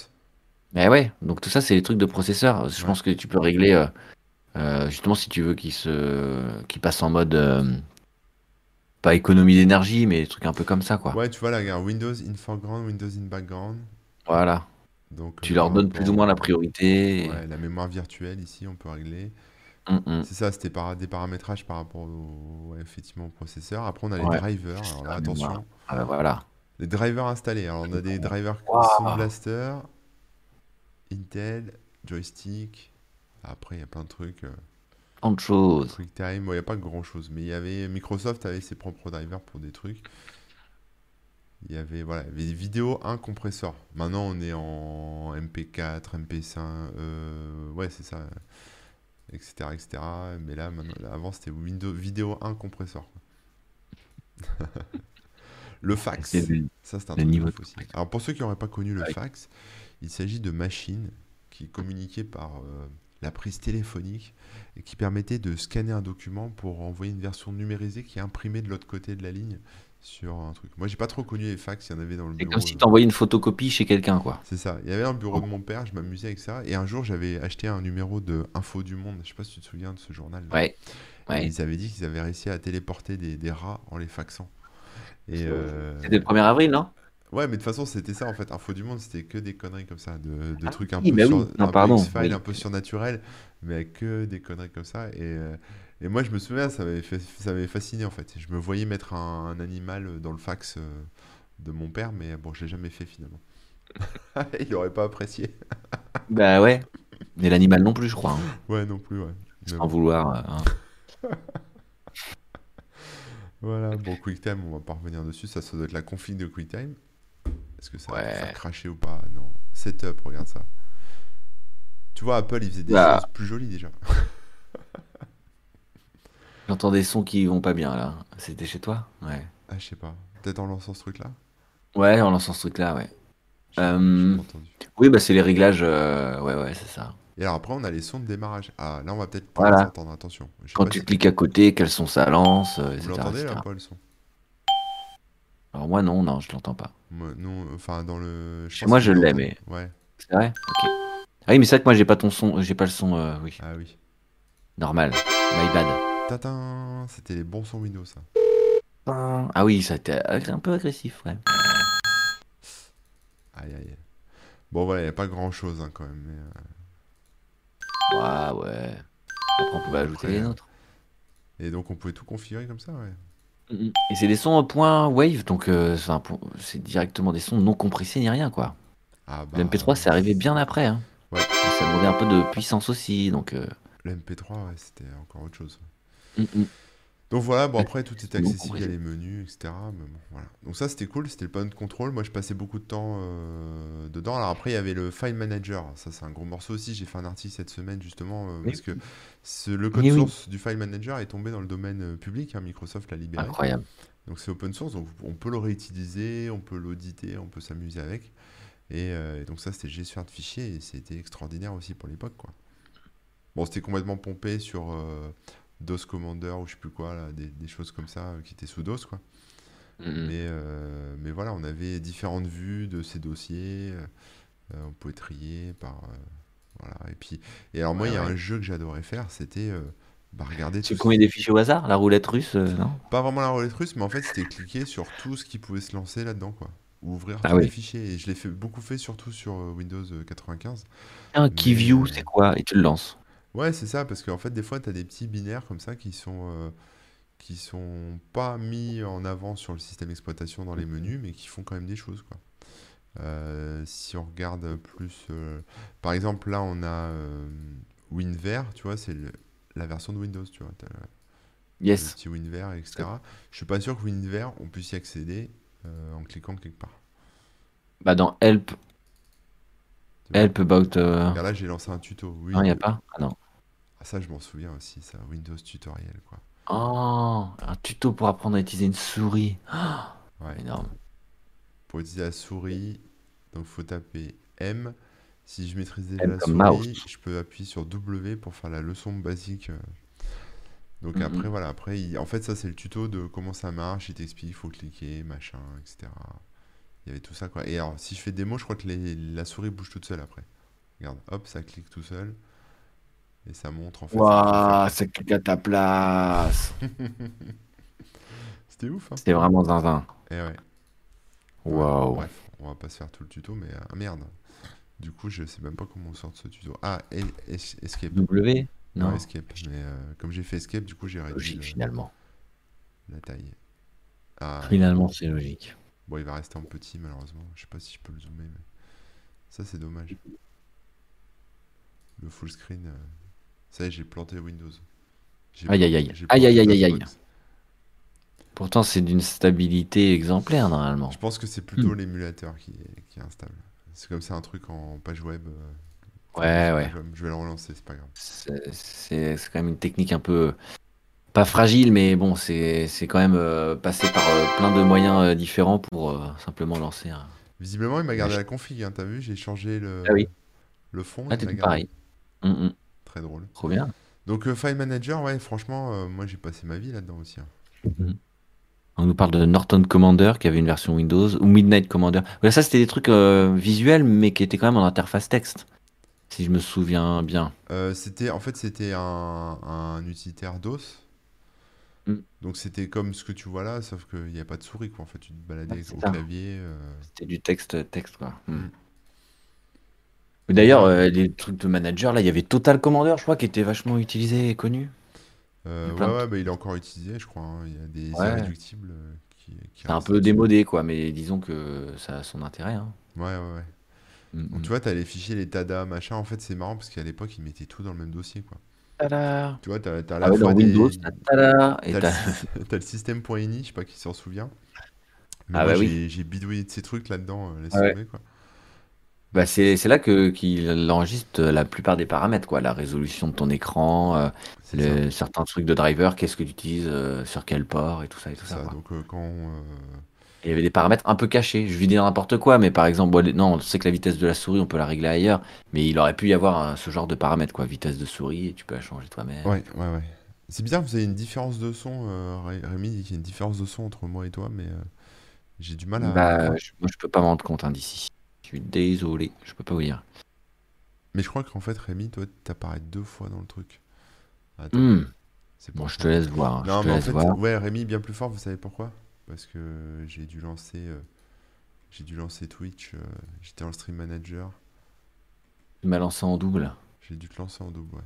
Mais Eh ouais, donc tout ça, c'est les trucs de processeur. Je Ouais. pense que tu peux régler, euh, euh, justement, si tu veux qu'il se... qu'il passe en mode. euh, pas économie d'énergie, mais des trucs un peu comme ça, quoi. Ouais, tu vois là, regarde, Windows in foreground, Windows in background. Voilà. Donc, Tu euh, leur par donnes plus ou rapport- moins la priorité. Ouais, la mémoire virtuelle ici, on peut régler. Mm, mm. C'est ça, c'était par... des paramétrages par rapport au... ouais, effectivement, au processeur. Après, on a les Ouais. drivers. Alors là, La attention. mémoire. Ah bah voilà. Les drivers installés. Alors, on a des drivers Waouh. Sound Blaster, Intel, joystick. Après, il y a plein de trucs. euh, Tant de choses. QuickTime, bon, il n'y a pas grand chose. Mais il y avait Microsoft avait ses propres drivers pour des trucs. Il y avait voilà, il y avait vidéo, un compresseur. Maintenant, on est en MP4, MP5, euh, ouais, c'est ça, etc., etc. Mais là, maintenant, là, avant, c'était Windows vidéo, un compresseur. quoi. *laughs* le fax. C'est du- Ça, c'est un Le truc de niveau ouf de aussi. Alors, pour ceux qui n'auraient pas connu le Ouais. fax, il s'agit de machines qui communiquaient par euh, la prise téléphonique et qui permettaient de scanner un document pour envoyer une version numérisée qui est imprimée de l'autre côté de la ligne sur un truc. Moi, j'ai pas trop connu les fax, il y en avait dans le C'est bureau. comme si euh, t'envoyais une photocopie chez quelqu'un, quoi. C'est ça. Il y avait un bureau de mon père, je m'amusais avec ça. Et un jour, j'avais acheté un numéro de Info du Monde. Je sais pas si tu te souviens de ce journal. Ouais. Et Ouais. Ils avaient dit qu'ils avaient réussi à téléporter des, des rats en les faxant. Et euh, C'était le 1er avril, *laughs* non Ouais, mais de toute façon, c'était ça en fait. Info du monde, c'était que des conneries comme ça, de, de Ah trucs un oui, peu, bah oui. sur, Non, un peu pardon. X-Files, Oui. un peu surnaturel, mais que des conneries comme ça. Et, euh, et moi, je me souviens, ça m'avait fait- ça m'avait fasciné en fait. Je me voyais mettre un, un animal dans le fax euh, de mon père, mais bon, je l'ai jamais fait finalement. *laughs* Il aurait pas apprécié. Bah ouais. Mais l'animal non plus, je crois. hein. Ouais, non plus, ouais. Mais Sans bon. vouloir. euh, hein. Voilà, bon, QuickTime, on va pas revenir dessus. Ça, ça doit être la config de QuickTime. Est-ce que ça va Ouais. faire cracher ou pas Non. Setup, regarde ça. Tu vois, Apple, ils faisaient des Bah. choses plus jolies déjà. J'entends des sons qui vont pas bien, là. C'était chez toi Ouais. Ah, je sais pas. Peut-être en lançant ce truc-là Ouais, en lançant ce truc-là, ouais. J'ai pas- Euh. j'ai pas entendu. Oui, bah c'est les réglages. euh, Ouais, ouais, c'est ça. Et alors après, on a les sons de démarrage. Ah, là, on va peut-être pas Voilà. les entendre, attention. Je sais Quand pas tu si cliques à côté, quels sont ça lance, euh, Vous etc. l'entendez etc. là, pas le son Alors moi, non, non, je l'entends pas. Moi, Non, enfin, dans le. Chez pense moi, que je l'ai, l'entends. mais- Ouais, C'est vrai Ok. Ah oui, mais c'est vrai que moi, j'ai pas ton son, euh, j'ai pas le son, euh, oui, ah oui. normal. My bad. Tatin C'était les bons sons Windows, ça. Ah oui, ça a été ag- un peu agressif, ouais. Aïe, aïe. Bon, voilà, il a pas grand-chose hein, quand même. mais, euh, Ouais, ouais. Après, on pouvait ajouter Après, les nôtres. Et donc, on pouvait tout configurer comme ça, ouais. Mm, mm. Et c'est des sons euh, point wave, donc euh, c'est un point- c'est directement des sons non compressés ni rien, quoi. Ah, bah, Le MP3, c'est arrivé bien après, hein. Ouais. Et ça demandait un peu de puissance aussi, donc. euh, Le MP3, ouais, c'était encore autre chose. mm, mm. Donc voilà, bon Ouais, après tout est c'est beaucoup, accessible, il y a ouais. les menus, etc. Mais bon, voilà. Donc ça c'était cool, c'était le panneau de contrôle. Moi je passais beaucoup de temps euh, dedans. Alors après il y avait le File Manager, ça c'est un gros morceau aussi. J'ai fait un article cette semaine justement euh, Mais parce que ce- le code Mais oui. source du File Manager est tombé dans le domaine euh, public, hein, Microsoft l'a libéré. Incroyable. Donc c'est open source, donc on peut le réutiliser, on peut l'auditer, on peut s'amuser avec. Et, euh, et donc ça c'était le gestionnaire de fichiers et c'était extraordinaire aussi pour l'époque quoi. Bon c'était complètement pompé sur euh, DOS Commander ou je sais plus quoi, là, des, des choses comme ça euh, qui étaient sous DOS quoi. Mm, mm. Mais, euh, mais voilà, on avait différentes vues de ces dossiers, euh, euh, on pouvait trier par... euh, voilà, et puis... Et alors moi il y a Ouais, ouais. un jeu que j'adorais faire, c'était... euh, bah, regarder Tu tout ce combien qui- des fichiers au hasard La roulette russe, euh, non pas vraiment la roulette russe, mais en fait, c'était cliquer sur tout ce qui pouvait se lancer là-dedans, quoi. Ou ouvrir Ah tous les oui. fichiers. Et je l'ai fait beaucoup fait, surtout sur euh, Windows euh, 95. Un key Mais, view, euh, c'est quoi Et tu le lances. Ouais, c'est ça, parce qu'en fait, des fois, tu as des petits binaires comme ça qui sont, euh, qui sont pas mis en avant sur le système d'exploitation dans les Mhm. menus, mais qui font quand même des choses, quoi. Euh, si on regarde plus. euh, par exemple, là, on a euh, WinVer, tu vois, c'est le- la version de Windows, tu vois. T'as le- le Yes. petit WinVer, etc. Je suis pas sûr que WinVer, on puisse y accéder euh, en cliquant quelque part. Bah dans help. euh, Tu vois. Help about. euh, Car là, j'ai lancé un tuto. Oui, Non, Ah. il n'y a mais- pas Ah non. Ah, Ça, je m'en souviens aussi, ça. Windows tutoriel, quoi. Oh, un tuto pour apprendre à utiliser une souris. Ah, Ouais. énorme. Pour utiliser la souris, donc faut taper M. Si je maîtrise déjà M la comme souris, mouse. je peux appuyer sur W pour faire la leçon basique. euh. Donc Mhm. après, voilà. Après, il- en fait, ça, c'est le tuto de comment ça marche. Il t'explique, il faut cliquer, machin, etc. Il y avait tout ça, quoi. Et alors, si je fais des mots, je crois que les- la souris bouge toute seule après. Regarde, hop, ça clique tout seul. Et ça montre, en fait. ce qu'il faut Waouh, c'est clique à ta place. faire. C'était ouf, hein. C'est vraiment zinzin. Eh ouais. Waouh. Bref, on va pas se faire tout le tuto, mais ah, merde. Du coup, je sais même pas comment on sort de ce tuto. Ah, et- es- escape. W Non, Ouais, euh, escape. Mais euh, comme j'ai fait escape, du coup, j'ai réduit logique le- finalement. la taille. Ah, Finalement, c'est logique. bon, il va rester en petit, malheureusement. Je sais pas si je peux le zoomer, mais ça, c'est dommage. Le full screen. euh, Ça y est, j'ai planté Windows. J'ai Aïe, aïe, planté- aïe. j'ai Aïe, planté aïe, aïe, aïe, Dropbox. Pourtant, c'est d'une stabilité exemplaire normalement. Je pense que c'est plutôt Hmm. l'émulateur qui est, qui est instable. C'est comme c'est un truc en page web. euh, Ouais, ouais. Je vais- Je vais le relancer, c'est pas grave. C'est- C'est c'est quand même une technique un peu. Pas fragile, mais bon, c'est c'est quand même euh, passé par euh, plein de moyens euh, différents pour euh, simplement lancer un. Visiblement, il m'a gardé la config, hein, t'as vu, j'ai changé le, Ah oui. le fond. Ah, il t'es m'a tout gardé. pareil. Hum, hum, Très drôle. trop bien. Donc, euh, File Manager, ouais, franchement, euh, moi j'ai passé ma vie là-dedans aussi. hein. On nous parle de Norton Commander qui avait une version Windows ou Midnight Commander. Voilà, ça c'était des trucs euh, visuels mais qui étaient quand même en interface texte, si je me souviens bien. Euh, c'était, en fait, c'était un, un utilitaire DOS. Mm. Donc, c'était comme ce que tu vois là, sauf qu'il n'y a pas de souris, quoi. En fait, tu te baladais Ah, avec- c'est au ça. clavier. euh, C'était du texte, texte quoi. Hmm. Mm. Mais D'ailleurs, euh, les trucs de manager, là, il y avait Total Commander, je crois, qui était vachement utilisé et connu. euh, Il y a ouais, plein de ouais, bah, il est encore utilisé, je crois. hein. Il y a des Ouais. irréductibles euh, qui. qui C'est un restent peu dessus. démodé quoi, mais disons que ça a son intérêt. hein. Ouais, ouais, ouais. Hmm, Donc, hmm. tu vois, t'as les fichiers, les TADA, machin. En fait, c'est marrant parce qu'à l'époque, ils mettaient tout dans le même dossier, quoi. Tada Tu vois, t'as t'as à la Ah ouais, fois dans des- Windows, t'as tada et T'as t'as- *laughs* le, sy- t'as le système.ini, je sais pas qui s'en souvient. Mais Ah moi, bah oui. j'ai- J'ai bidouillé de ces trucs là-dedans, euh, laisse Ah ouais. tomber, quoi. Bah, c'est c'est là que qu'il enregistre la plupart des paramètres, quoi, la résolution de ton écran, euh, C'est ça, le- certains trucs de driver, qu'est-ce que tu utilises, euh, sur quel port et tout ça et tout c'est ça. ça. quoi. Donc euh, quand euh, Et Il y avait des paramètres un peu cachés. Je lui dis n'importe quoi, mais par exemple, bon, les- non, on sait que la vitesse de la souris, on peut la régler ailleurs, mais il aurait pu y avoir hein, ce genre de paramètres, quoi, vitesse de souris, et tu peux la changer toi-même. Ouais, ouais, ouais. C'est bizarre, vous avez une différence de son, euh, Ré- Rémi dit qu'il y a une différence de son entre moi et toi, mais euh, j'ai du mal à... Bah, je- moi, je peux pas m'en rendre compte hein, d'ici. Je suis désolé, je peux pas vous dire. Mais je crois qu'en fait, Rémi, toi, t'apparais deux fois dans le truc. Attends, Hmm. c'est Bon, pour je ça. te laisse voir. hein, Non, je te mais en laisse fait, voir. ouais, Rémi, bien plus fort, vous savez pourquoi? Parce que j'ai dû lancer... euh, j'ai dû lancer Twitch, euh, j'étais en stream manager. Tu m'as lancé en double. J'ai dû te lancer en double, ouais.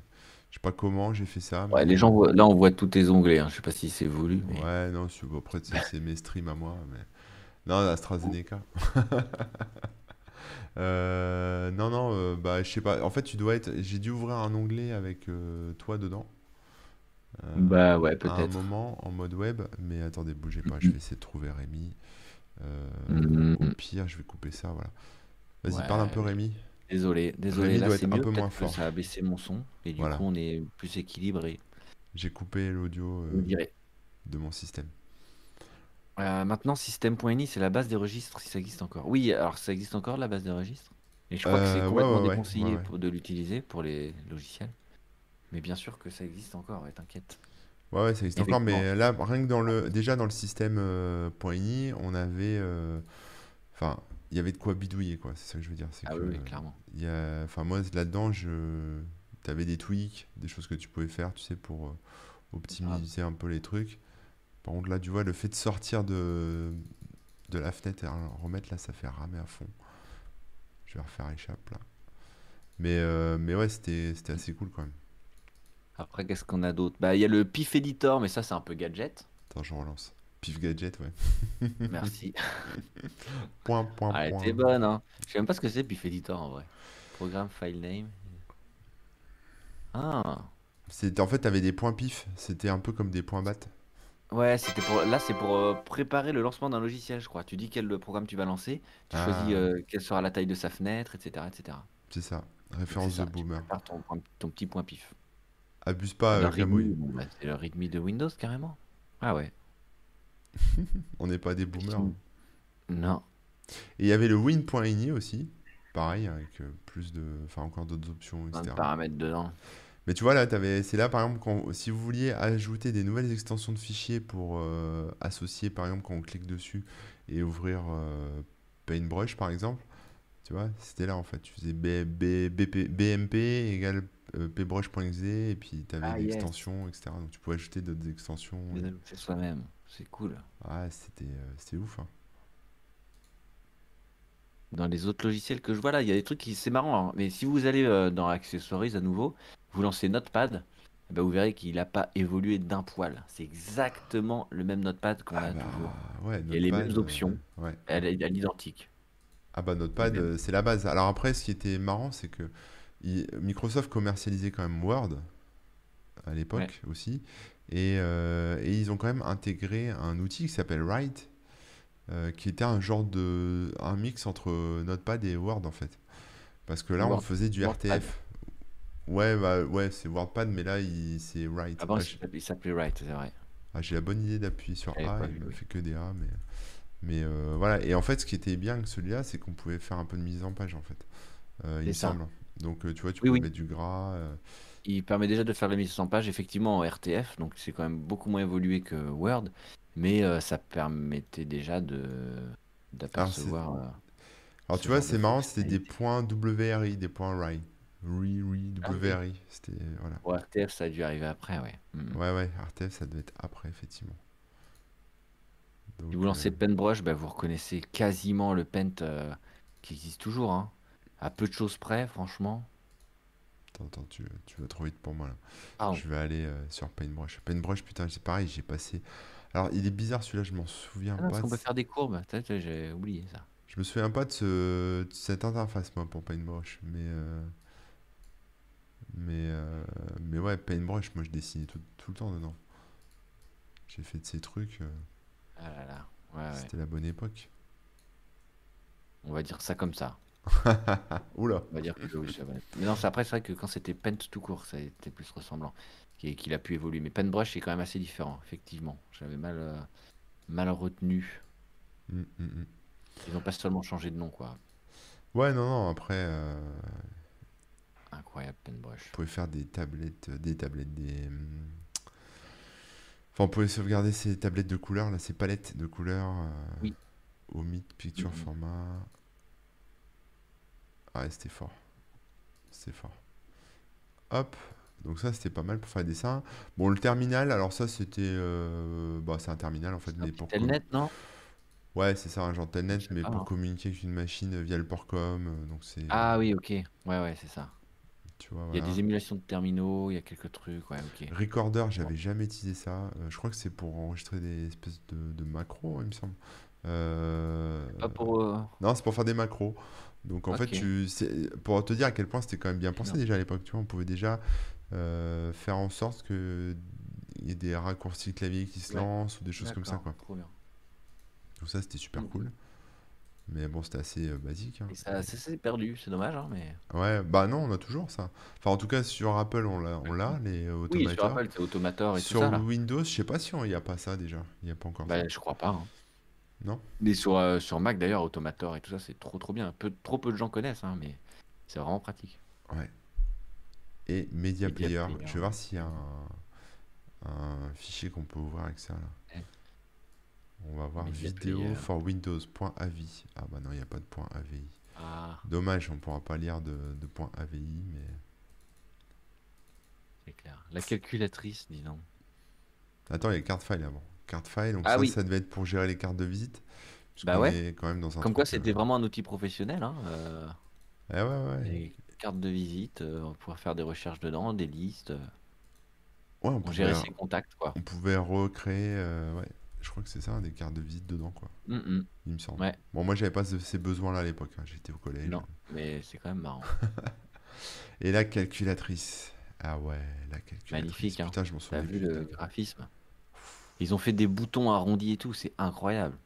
Je sais pas comment j'ai fait ça, mais... Ouais, les gens, voient- là, on voit tous tes onglets. Hein. Je sais pas si c'est voulu. Mais... Ouais, non, c'est- bon, après, c'est c'est mes streams à moi, mais... Non, AstraZeneca. *laughs* Euh, non, non, euh, bah, je sais pas. En fait, tu dois être... J'ai dû ouvrir un onglet avec euh, toi dedans. Euh, Bah ouais, à un peut-être. moment, en mode web. Mais attendez, bougez pas, je vais essayer de trouver Rémi. Euh, Mhm. Au pire, je vais couper ça, voilà. Vas-y, Ouais. parle un peu, Rémi. Désolé, désolé. Rémi Là, doit c'est être un mieux. peu moins Peut-être que fort. ça a baissé mon son. Et du Voilà. coup, on est plus équilibré. J'ai coupé l'audio on euh, dirait. de mon système. Euh, maintenant, système.ini, c'est la base des registres, si ça existe encore. Oui, alors ça existe encore, la base des registres. Et je crois que Euh, c'est ouais, complètement ouais, ouais, déconseillé ouais, ouais. pour- de l'utiliser pour les logiciels. Mais bien sûr que ça existe encore, ouais, t'inquiète. Ouais, ouais, ça existe encore, mais Effectivement. là, rien que dans le, déjà dans le système euh, .ini, on avait, euh, enfin, il y avait de quoi bidouiller, quoi. C'est ça que je veux dire, c'est Ah que, oui, oui, euh, clairement. il y a, enfin, moi là-dedans, je, t'avais des tweaks, des choses que tu pouvais faire, tu sais, pour euh, optimiser un peu les trucs. Par contre, là, tu vois, le fait de sortir de, de la fenêtre et re- remettre là, ça fait ramer à fond. Je vais refaire échappe là. Mais, euh, mais ouais, c'était, c'était assez cool quand même. Après, qu'est-ce qu'on a d'autre Bah, il y a le pif editor, mais ça, c'est un peu gadget. Attends, je relance. Pif gadget, ouais. Merci. Point, point, Ah, elle point. était bonne, hein. Je sais même pas ce que c'est, Pif Editor en vrai. Programme file name. Ah. C'était en fait t'avais des points pif, c'était un peu comme des points bat. Ouais, c'était pour. Là, c'est pour euh, préparer le lancement d'un logiciel, je crois. Tu dis quel euh, programme tu vas lancer, tu Ah. choisis euh, quelle sera la taille de sa fenêtre, etc., etc. C'est ça, référence C'est ça, de boomer. Tu prépares ton, point- ton petit point pif. Abuse pas, La euh, Gramouille. rythmie, bon, bah, c'est le rythme de Windows carrément. Ah ouais. On n'est pas des boomers. Effectivement. Non. Et il y avait le win.ini aussi. Pareil, avec euh, plus de. Enfin, encore d'autres options, Plein de etc. paramètres dedans. Mais tu vois, là, t'avais- c'est là, par exemple, quand, si vous vouliez ajouter des nouvelles extensions de fichiers pour euh, associer, par exemple, quand on clique dessus et ouvrir euh, Paintbrush, par exemple, tu vois, c'était là, en fait. Tu faisais B- B- BP BMP égale euh, pbrush.exe et puis t'avais Ah, une yes. extension, etc. Donc, tu pouvais ajouter d'autres extensions. C'est soi-même. C'est cool. Ah, c'était euh, c'était ouf. hein. dans les autres logiciels que je vois là, il y a des trucs qui c'est marrant. hein. Mais si vous allez euh, dans Accessories à nouveau, vous lancez Notepad, eh ben, vous verrez qu'il n'a pas évolué d'un poil. C'est exactement le même Notepad qu'on a bah, toujours. ouais, Et les Notepad, mêmes euh, options. ouais. Elle est à l'identique. Ah bah Notepad, Mais- euh, c'est la base. Alors après, ce qui était marrant, c'est que il- Microsoft commercialisait quand même Word à l'époque aussi, et, euh, et ils ont quand même intégré un outil qui s'appelle Write, euh, qui était un genre de un mix entre Notepad et Word en fait, parce que là on Word- faisait du Wordpad. RTF. Ouais, bah, ouais, c'est WordPad, mais là il- c'est Write. Avant, Ah, il j'ai- s'appelait- il s'appelait Write, c'est vrai. ah, j'ai la bonne idée d'appuyer sur Elle est A, Eh, pas il vue, me oui. fait que des A, mais, mais euh, voilà. Et en fait, ce qui était bien avec celui-là, c'est qu'on pouvait faire un peu de mise en page, en fait. Euh, il C'est me ça. semble. Donc, euh, tu vois, tu Oui, pouvais oui. mettre du gras. euh, Il permet déjà de faire la mise en page, effectivement, en RTF, donc c'est quand même beaucoup moins évolué que Word, mais euh, ça permettait déjà de Ah, d'apercevoir. euh, Alors, Ce tu vois, genre de c'est marrant, c'était des fonctionnalité. points WRI, des points RI. RI, RI, Ah, oui. WRI. C'était, voilà. Bon, RTF, ça a dû arriver après, ouais. Mm. Ouais, ouais, RTF, ça devait être après, effectivement. Si Donc, vous lancez euh, Paintbrush, bah, vous reconnaissez quasiment le Paint euh, qui existe toujours. hein. À peu de choses près, franchement. Attends, attends, tu, tu vas trop vite pour moi, là. Ah, Je vais aller euh, sur Paintbrush. Paintbrush, putain, c'est pareil, j'ai passé... Alors, il est bizarre, celui-là, je m'en souviens non, Ah, parce pas. qu'on peut faire des courbes. T'as- t'as- J'ai oublié ça. Je me souviens pas de, ce, de cette interface, moi, pour Paintbrush. Mais, euh, mais, euh, mais ouais, Paintbrush, moi, je dessinais tout, tout le temps dedans. J'ai fait de ces trucs, euh, Ah là là. Ouais, ouais. c'était la bonne époque. On va dire ça comme ça. Oula, On va *laughs* dire que oui, ça va. Mais non, c'est après, c'est vrai que quand c'était Paint tout court, ça était plus ressemblant. Et qu'il a pu évoluer. Mais Paintbrush est quand même assez différent, effectivement. J'avais mal, euh, mal retenu. Mm, mm, mm. Ils n'ont pas seulement changé de nom, quoi. Ouais, non, non, après, euh, Incroyable, Paintbrush. on pouvait faire des tablettes, euh, des tablettes, des... hum, Enfin, on pouvait sauvegarder ces tablettes de couleurs, là, ces palettes de couleurs. euh, Oui. Omit, picture, Mhm. format. Ah, ouais, c'était fort. C'était fort. Hop. Donc ça, c'était pas mal pour faire des dessins. Bon, le terminal, alors ça, c'était... euh, Bah, c'est un terminal, en fait, mais pour... commu- Telnet, non Ouais, c'est ça, un genre telnet, Je sais mais pas, pour hein. communiquer avec une machine euh, via le port com. euh, Donc c'est... Ah oui, ok. Ouais, ouais, c'est ça. Tu vois, Il y a voilà. Euh, des émulations de terminaux, il y a quelques trucs, ouais, ok. Recorder, j'avais jamais utilisé ça. Euh, je crois que c'est pour enregistrer des espèces de, de macros, il me semble. Euh, Pas pour. euh, Non, c'est pour faire des macros. Donc en Ok. fait, tu, c'est- pour te dire à quel point c'était quand même bien pensé Énorme. déjà à l'époque, tu vois, on pouvait déjà euh, faire en sorte que il y ait des raccourcis clavier qui se Ouais. lancent ou des choses comme ça, d'accord, quoi. Trop bien. Donc ça, c'était super Mhm. cool. Mais bon, c'était assez euh, basique. hein. Et ça, ça, c'est perdu, c'est dommage, hein, mais. Ouais, bah non, on a toujours ça. Enfin, en tout cas, sur Apple, on l'a, on l'a les Oui, automateurs. sur Apple, c'est Automator et Sur tout ça, là. Windows, je sais pas si on- il n'y a pas ça déjà. Il n'y a pas encore ça. Bah, je crois pas. hein. Non. Mais sur, euh, sur Mac, d'ailleurs, Automator et tout ça, c'est trop, trop bien. Peu, trop peu de gens connaissent, hein, mais c'est vraiment pratique. Et Media, Media Player. Player. Je vais voir s'il y a un, un fichier qu'on peut ouvrir avec ça. Là. Ouais. On va voir Media vidéo Player. for Windows.avi. Ah bah non, il n'y a pas de point .avi. Ah, Dommage, on pourra pas lire de, de point .avi, mais... c'est clair. La calculatrice, dis donc. Attends, il y a carte file avant. Carte file, donc Ah ça, oui. ça devait être pour gérer les cartes de visite. Parce Bah qu'on ouais. est quand même dans un Comme quoi, truc, euh, c'était vraiment un outil professionnel. Hein, euh, eh ouais, ouais. ouais. les cartes de visite, euh, on pouvait faire des recherches dedans, des listes. euh, Ouais, on on pouvait, gérait ses contacts, quoi. on pouvait recréer... euh, ouais, je crois que c'est ça, hein, des cartes de visite dedans, quoi. Mm, mm. Il me semble. Ouais. Bon, moi, j'avais pas ce- ces besoins-là à l'époque. hein. J'étais au collège. Non, mais c'est quand même marrant. Et la calculatrice. Ah ouais, la calculatrice. Magnifique, hein. Putain, je m'en T'as souviens plus. vu le putain. graphisme Ils ont fait des boutons arrondis et tout, c'est *laughs* incroyable.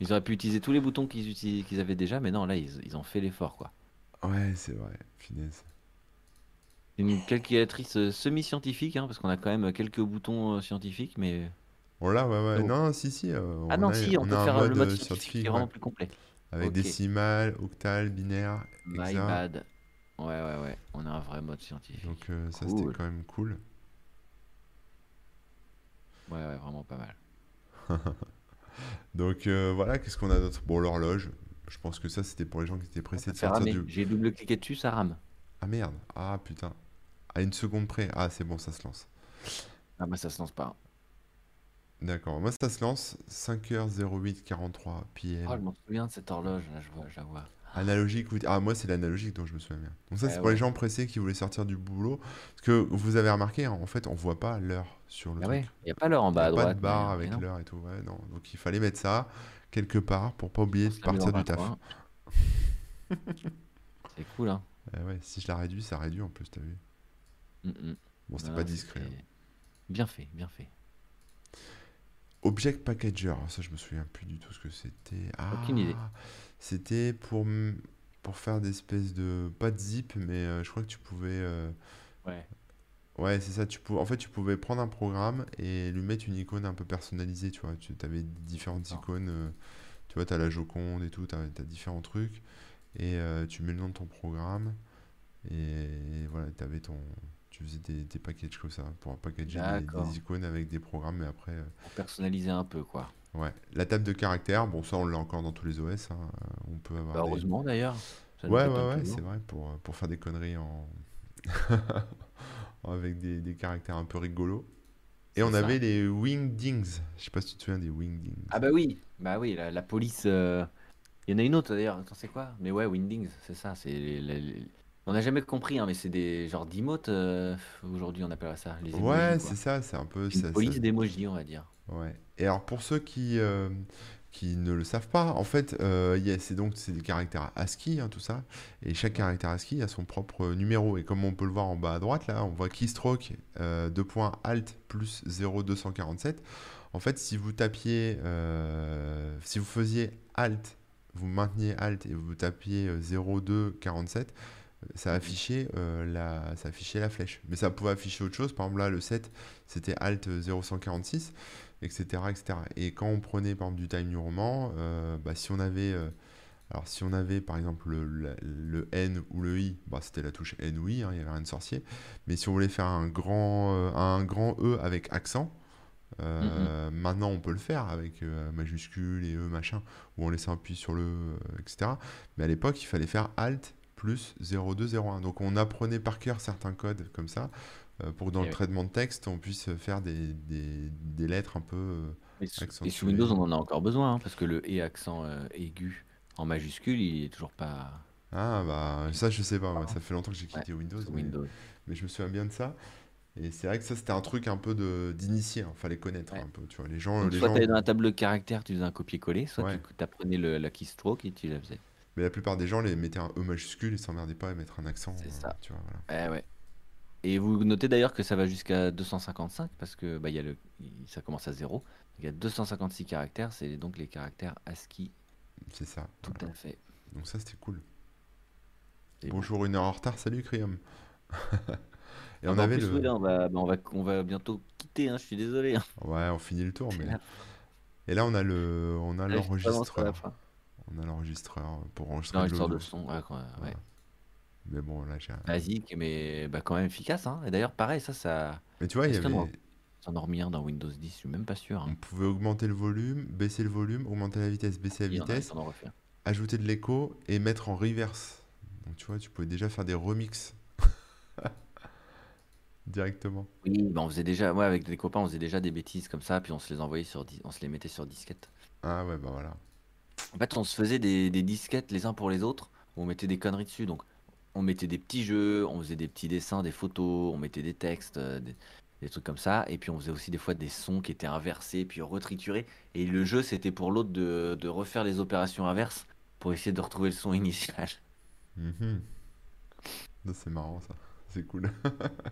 ils auraient pu utiliser tous les boutons qu'ils utilis- qu'ils avaient déjà, mais non, là, ils, ils ont fait l'effort, quoi. Ouais, c'est vrai. Finesse. une calculatrice euh, semi-scientifique, hein, parce qu'on a quand même quelques boutons euh, scientifiques, mais. Oh là, ouais, ouais. Oh. Non, si, si. euh, ah non, a- si, on, peut a un faire le mode euh, scientifique, qui est vraiment ouais, plus complet. Avec Ok. décimales, octales, binaires, My hexa. bad. Ouais, ouais, ouais. On a un vrai mode scientifique. Donc euh, ça, c'était Cool. quand même cool. Ouais, ouais, vraiment pas mal. Donc euh, voilà, qu'est-ce qu'on a d'autre Bon, l'horloge. Je pense que ça, c'était pour les gens qui étaient pressés de Ça sortir ramait. du... J'ai double-cliqué dessus, ça rame. Ah merde, ah putain. À une seconde près. Ah, c'est bon, ça se lance. Ah, bah ça se lance pas. D'accord, moi ça se lance 5h08-43 PM. Oh, je m'en souviens de cette horloge, là, je, vois, je la vois. Analogique ou... Ah, moi c'est l'analogique dont je me souviens bien. Donc ça, Ouais, c'est pour les ouais. gens pressés qui voulaient sortir du boulot. Parce que vous avez remarqué, hein, en fait, on voit pas l'heure sur le Ah truc. ouais, il a pas l'heure en Y bas a à pas droite. de barre mais- avec mais non, l'heure et tout. Ouais, non. Donc il fallait mettre ça quelque part pour pas oublier on de se la met dans partir du taf. 23. hein. *laughs* C'est cool, hein. Eh ouais, si je la réduis, ça réduit en plus, t'as vu. Mm, mm. Bon, c'était Non, pas non, discret. hein. c'était Bien fait, bien fait. Object Packager, alors ça je me souviens plus du tout ce que c'était. Ah, Aucune idée. C'était pour, m- pour faire des espèces de. Pas de zip, mais euh, je crois que tu pouvais. euh, Ouais. Ouais, c'est ça. Tu pouvais... En fait, tu pouvais prendre un programme et lui mettre une icône un peu personnalisée, tu vois. Tu avais différentes D'accord. icônes. euh, Tu vois, tu as la Joconde et tout, tu as, différents trucs. Et euh, tu mets le nom de ton programme. Et voilà, t'avais ton... tu faisais des, des packages comme ça pour packager des- des, D'accord. icônes avec des programmes. Et après, euh, Pour personnaliser un peu, quoi. ouais. La table de caractères, bon, ça, on l'a encore dans tous les OS. hein, euh, On peut avoir Bah, des- heureusement, d'ailleurs. Ça nous Ouais, étonne ouais, ouais, toujours. c'est vrai, pour, euh, pour faire des conneries en... *laughs* avec des, des caractères un peu rigolos. Et C'est on ça. avait les Wingdings. Je sais pas si tu te souviens des Wingdings. Ah bah oui, bah oui, la, la police. euh, Il y en a une autre d'ailleurs, attends, c'est quoi Mais ouais, Windings, c'est ça. C'est les- les- les- On n'a jamais compris, hein, mais c'est des genres d'emotes. euh, Aujourd'hui, on appellerait ça. Les ouais, emojis, quoi. c'est ça, c'est un peu. Une ça- ça- police d'emojis, on va dire. ouais. Et alors, pour ceux qui, euh, qui ne le savent pas, en fait, euh, il y a- c'est donc c'est des caractères ASCII, hein, tout ça. Et chaque caractère ASCII a son propre euh, numéro. Et comme on peut le voir en bas à droite, là, on voit keystroke euh, 2. alt plus 0247. En fait, si vous tapiez, euh, si vous faisiez alt, vous mainteniez alt et vous tapiez euh, 0247, euh, ça affichait, euh, la, ça affichait la flèche. Mais ça pouvait afficher autre chose. Par exemple, là, le 7, c'était alt 0146, etc., etc. Et quand on prenait, par exemple, du time new roman, euh, bah, si on avait... euh, alors si on avait par exemple le, la- le N ou le I, bah, c'était la touche N ou I, hein, il y avait rien de sorcier. Mais si on voulait faire un grand, euh, un grand E avec accent, euh, maintenant on peut le faire avec euh, majuscule et E machin, ou en laissant appui sur le, euh, etc. Mais à l'époque, il fallait faire Alt plus 0201. Donc on apprenait par cœur certains codes comme ça, euh, pour que dans Eh le oui. traitement de texte, on puisse faire des, des- des lettres un peu... euh, Et, sous- Accentué. et sous Windows, on en a encore besoin, hein, parce que le et accent euh, aigu en majuscule, il est toujours pas Ah bah ça je sais pas, ouais, Ah. ça fait longtemps que j'ai quitté Windows. sous mais- Windows. mais je me souviens bien de ça. Et c'est vrai que ça, c'était un truc un peu de- d'initié, hein. fallait connaître Ouais. un peu, tu vois. Les gens, Donc, les soit gens- t'allais dans la table de caractères, tu faisais un copier-coller, soit Ouais. tu apprenais le, la keystroke et tu la faisais. mais la plupart des gens les mettaient un E majuscule et s'emmerdaient pas à mettre un accent. C'est euh, ça. Tu vois, voilà. Eh ouais. Et vous notez d'ailleurs que ça va jusqu'à 255 parce que bah, il y a le, il- ça commence à zéro. Il y a 256 caractères, c'est donc les caractères ASCII. C'est ça. Tout voilà. à fait. Donc ça, c'était cool. Et Bonjour, une heure en retard, salut Crium. *laughs* et on bah, en avait plus, le... ouais, on, va, bah, on, va, on va bientôt quitter, hein, je suis désolé. hein. Ouais, on finit le tour, C'est Oh, Ah, mais... *laughs* la Et là, on a le, on a Là, je suis vraiment sur la l'enregistreur. fin. On a l'enregistreur pour enregistrer Non, de histoire de l'audio. son, ouais, quoi, ouais. Voilà. Mais bon, là, j'ai... un- Basique, mais bah, quand même efficace. hein. Et d'ailleurs, pareil, ça, ça Mais tu vois, il y Extrêmement. avait... s'en a remis un dans Windows 10, je suis même pas sûr. On hein. pouvait augmenter le volume, baisser le volume, augmenter la vitesse, baisser la Il y en a, ils vitesse. s'en ont refait un. ajouter de l'écho et mettre en reverse. Donc tu vois, tu pouvais déjà faire des remixes *laughs* directement. Oui, bah, on faisait déjà, ouais, avec des copains, on faisait déjà des bêtises comme ça, puis on se les envoyait sur, dis- on se les mettait sur disquette. Ah ouais, bah voilà. En fait, on se faisait des, des disquettes les uns pour les autres, où on mettait des conneries dessus. Donc, on mettait des petits jeux, on faisait des petits dessins, des photos, on mettait des textes, euh, des, des trucs comme ça. Et puis, on faisait aussi des fois des sons qui étaient inversés, puis retriturés. Et le jeu, c'était pour l'autre de, de refaire les opérations inverses pour essayer de retrouver le son *laughs* initial. Mhm. Non, C'est marrant ça, c'est cool.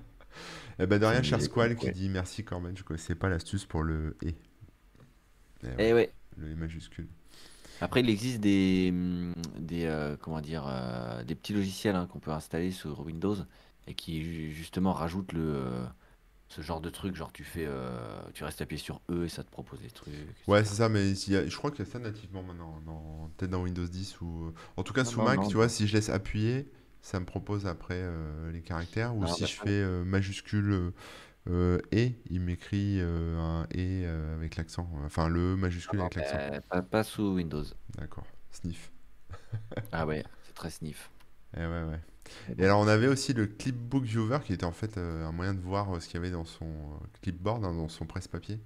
*laughs* et bah de rien, C'est cher des- Squall qui ouais. dit merci Corben, je connaissais pas l'astuce pour le E. Et Eh ouais. Le E majuscule. Après, il existe des, hum, des euh, comment dire, euh, des petits logiciels hein, qu'on peut installer sur Windows et qui ju- justement rajoute le euh, ce genre de truc, genre tu fais, euh, tu restes appuyé sur E et ça te propose des trucs. Ouais, etc. c'est ça, mais s'il y a- je crois qu'il y a ça nativement maintenant, dans- peut-être dans Windows 10 ou. En tout cas, Non, sous non, Mac, non. tu vois, si je laisse appuyer, ça me propose après euh, les caractères, ou Ah, si bah, je ça. fais euh, majuscule euh, euh, et, il m'écrit euh, un et euh, avec l'accent, enfin le E majuscule avec l'accent. Euh, pas, pas sous Windows. D'accord, sniff. Ah ouais, c'est très sniff. Eh ouais, ouais. Et alors, on avait aussi le Clipbook Viewer qui était en fait euh, un moyen de voir euh, ce qu'il y avait dans son euh, clipboard, hein, dans son presse-papier.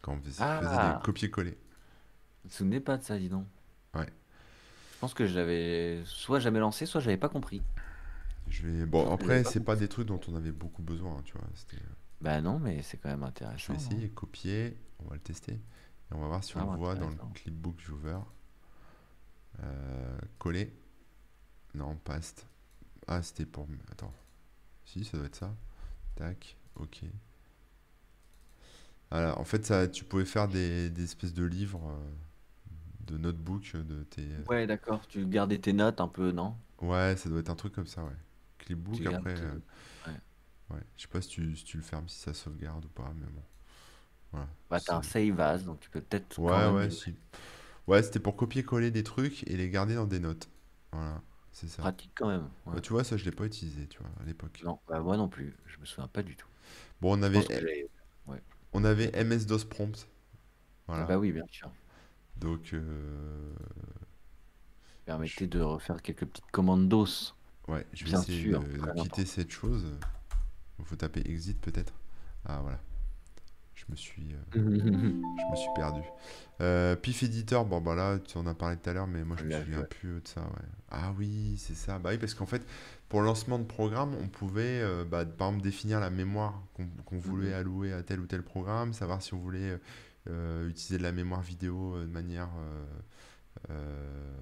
Quand on faisait, Ah. faisait des copier-coller. Vous vous souvenez pas de ça, dis donc. Ouais. Je pense que je l'avais soit jamais lancé, soit j'avais pas compris. Je vais... Bon, après, l'avais pas c'est pas des trucs dont on avait beaucoup besoin, hein, tu vois. C'était. Bah non, mais c'est quand même Je intéressant. vais hein. essayer, copier, on va le tester. Et on va voir si Ah, on le voit dans le intéressant. clipbook Joover. Euh, coller. Non, paste. Ah, c'était pour. Attends. Si, ça doit être ça. Tac, ok. Voilà, en fait, ça, tu pouvais faire des, des espèces de livres, euh, de notebook, de tes. euh, Ouais, d'accord. Tu gardais tes notes un peu, non Ouais, ça doit être un truc comme ça, ouais. Clipbook, Tu gardes après. tes- euh, ouais. ouais. Je sais pas si tu, si tu le fermes, si ça sauvegarde ou pas, mais bon. Voilà. Bah t'as un C'est- save as, donc tu peux peut-être. quand Ouais, même ouais, les- si. Ouais, c'était pour copier-coller des trucs et les garder dans des notes. Voilà, c'est ça. Pratique quand même. ouais. Bah, tu vois, ça, je l'ai pas utilisé, tu vois, à l'époque. Non, bah moi non plus. Je me souviens pas du tout. Bon, on Je avait, pense que j'avais- on avait MS-DOS prompt. Ah Voilà. Bah oui, bien sûr. Donc, euh, Permettait de refaire quelques petites commandes DOS. ouais, je vais Bien essayer sûr, de, de très quitter cette chose. Faut taper exit peut-être. Ah, voilà. Je me suis, euh, Bah ouais, je me suis perdu. Euh, Pif Editor, bon, bah là, tu en as parlé tout à l'heure, mais moi, je On me l'a souviens vu, ouais. plus de ça, ouais. Ah oui, c'est ça. Bah oui, parce qu'en fait, pour le lancement de programme, on pouvait, euh, bah, par exemple, définir la mémoire qu'on Mhm. qu'on voulait allouer à tel ou tel programme, savoir si on voulait euh, utiliser de la mémoire vidéo euh, de manière, euh, euh,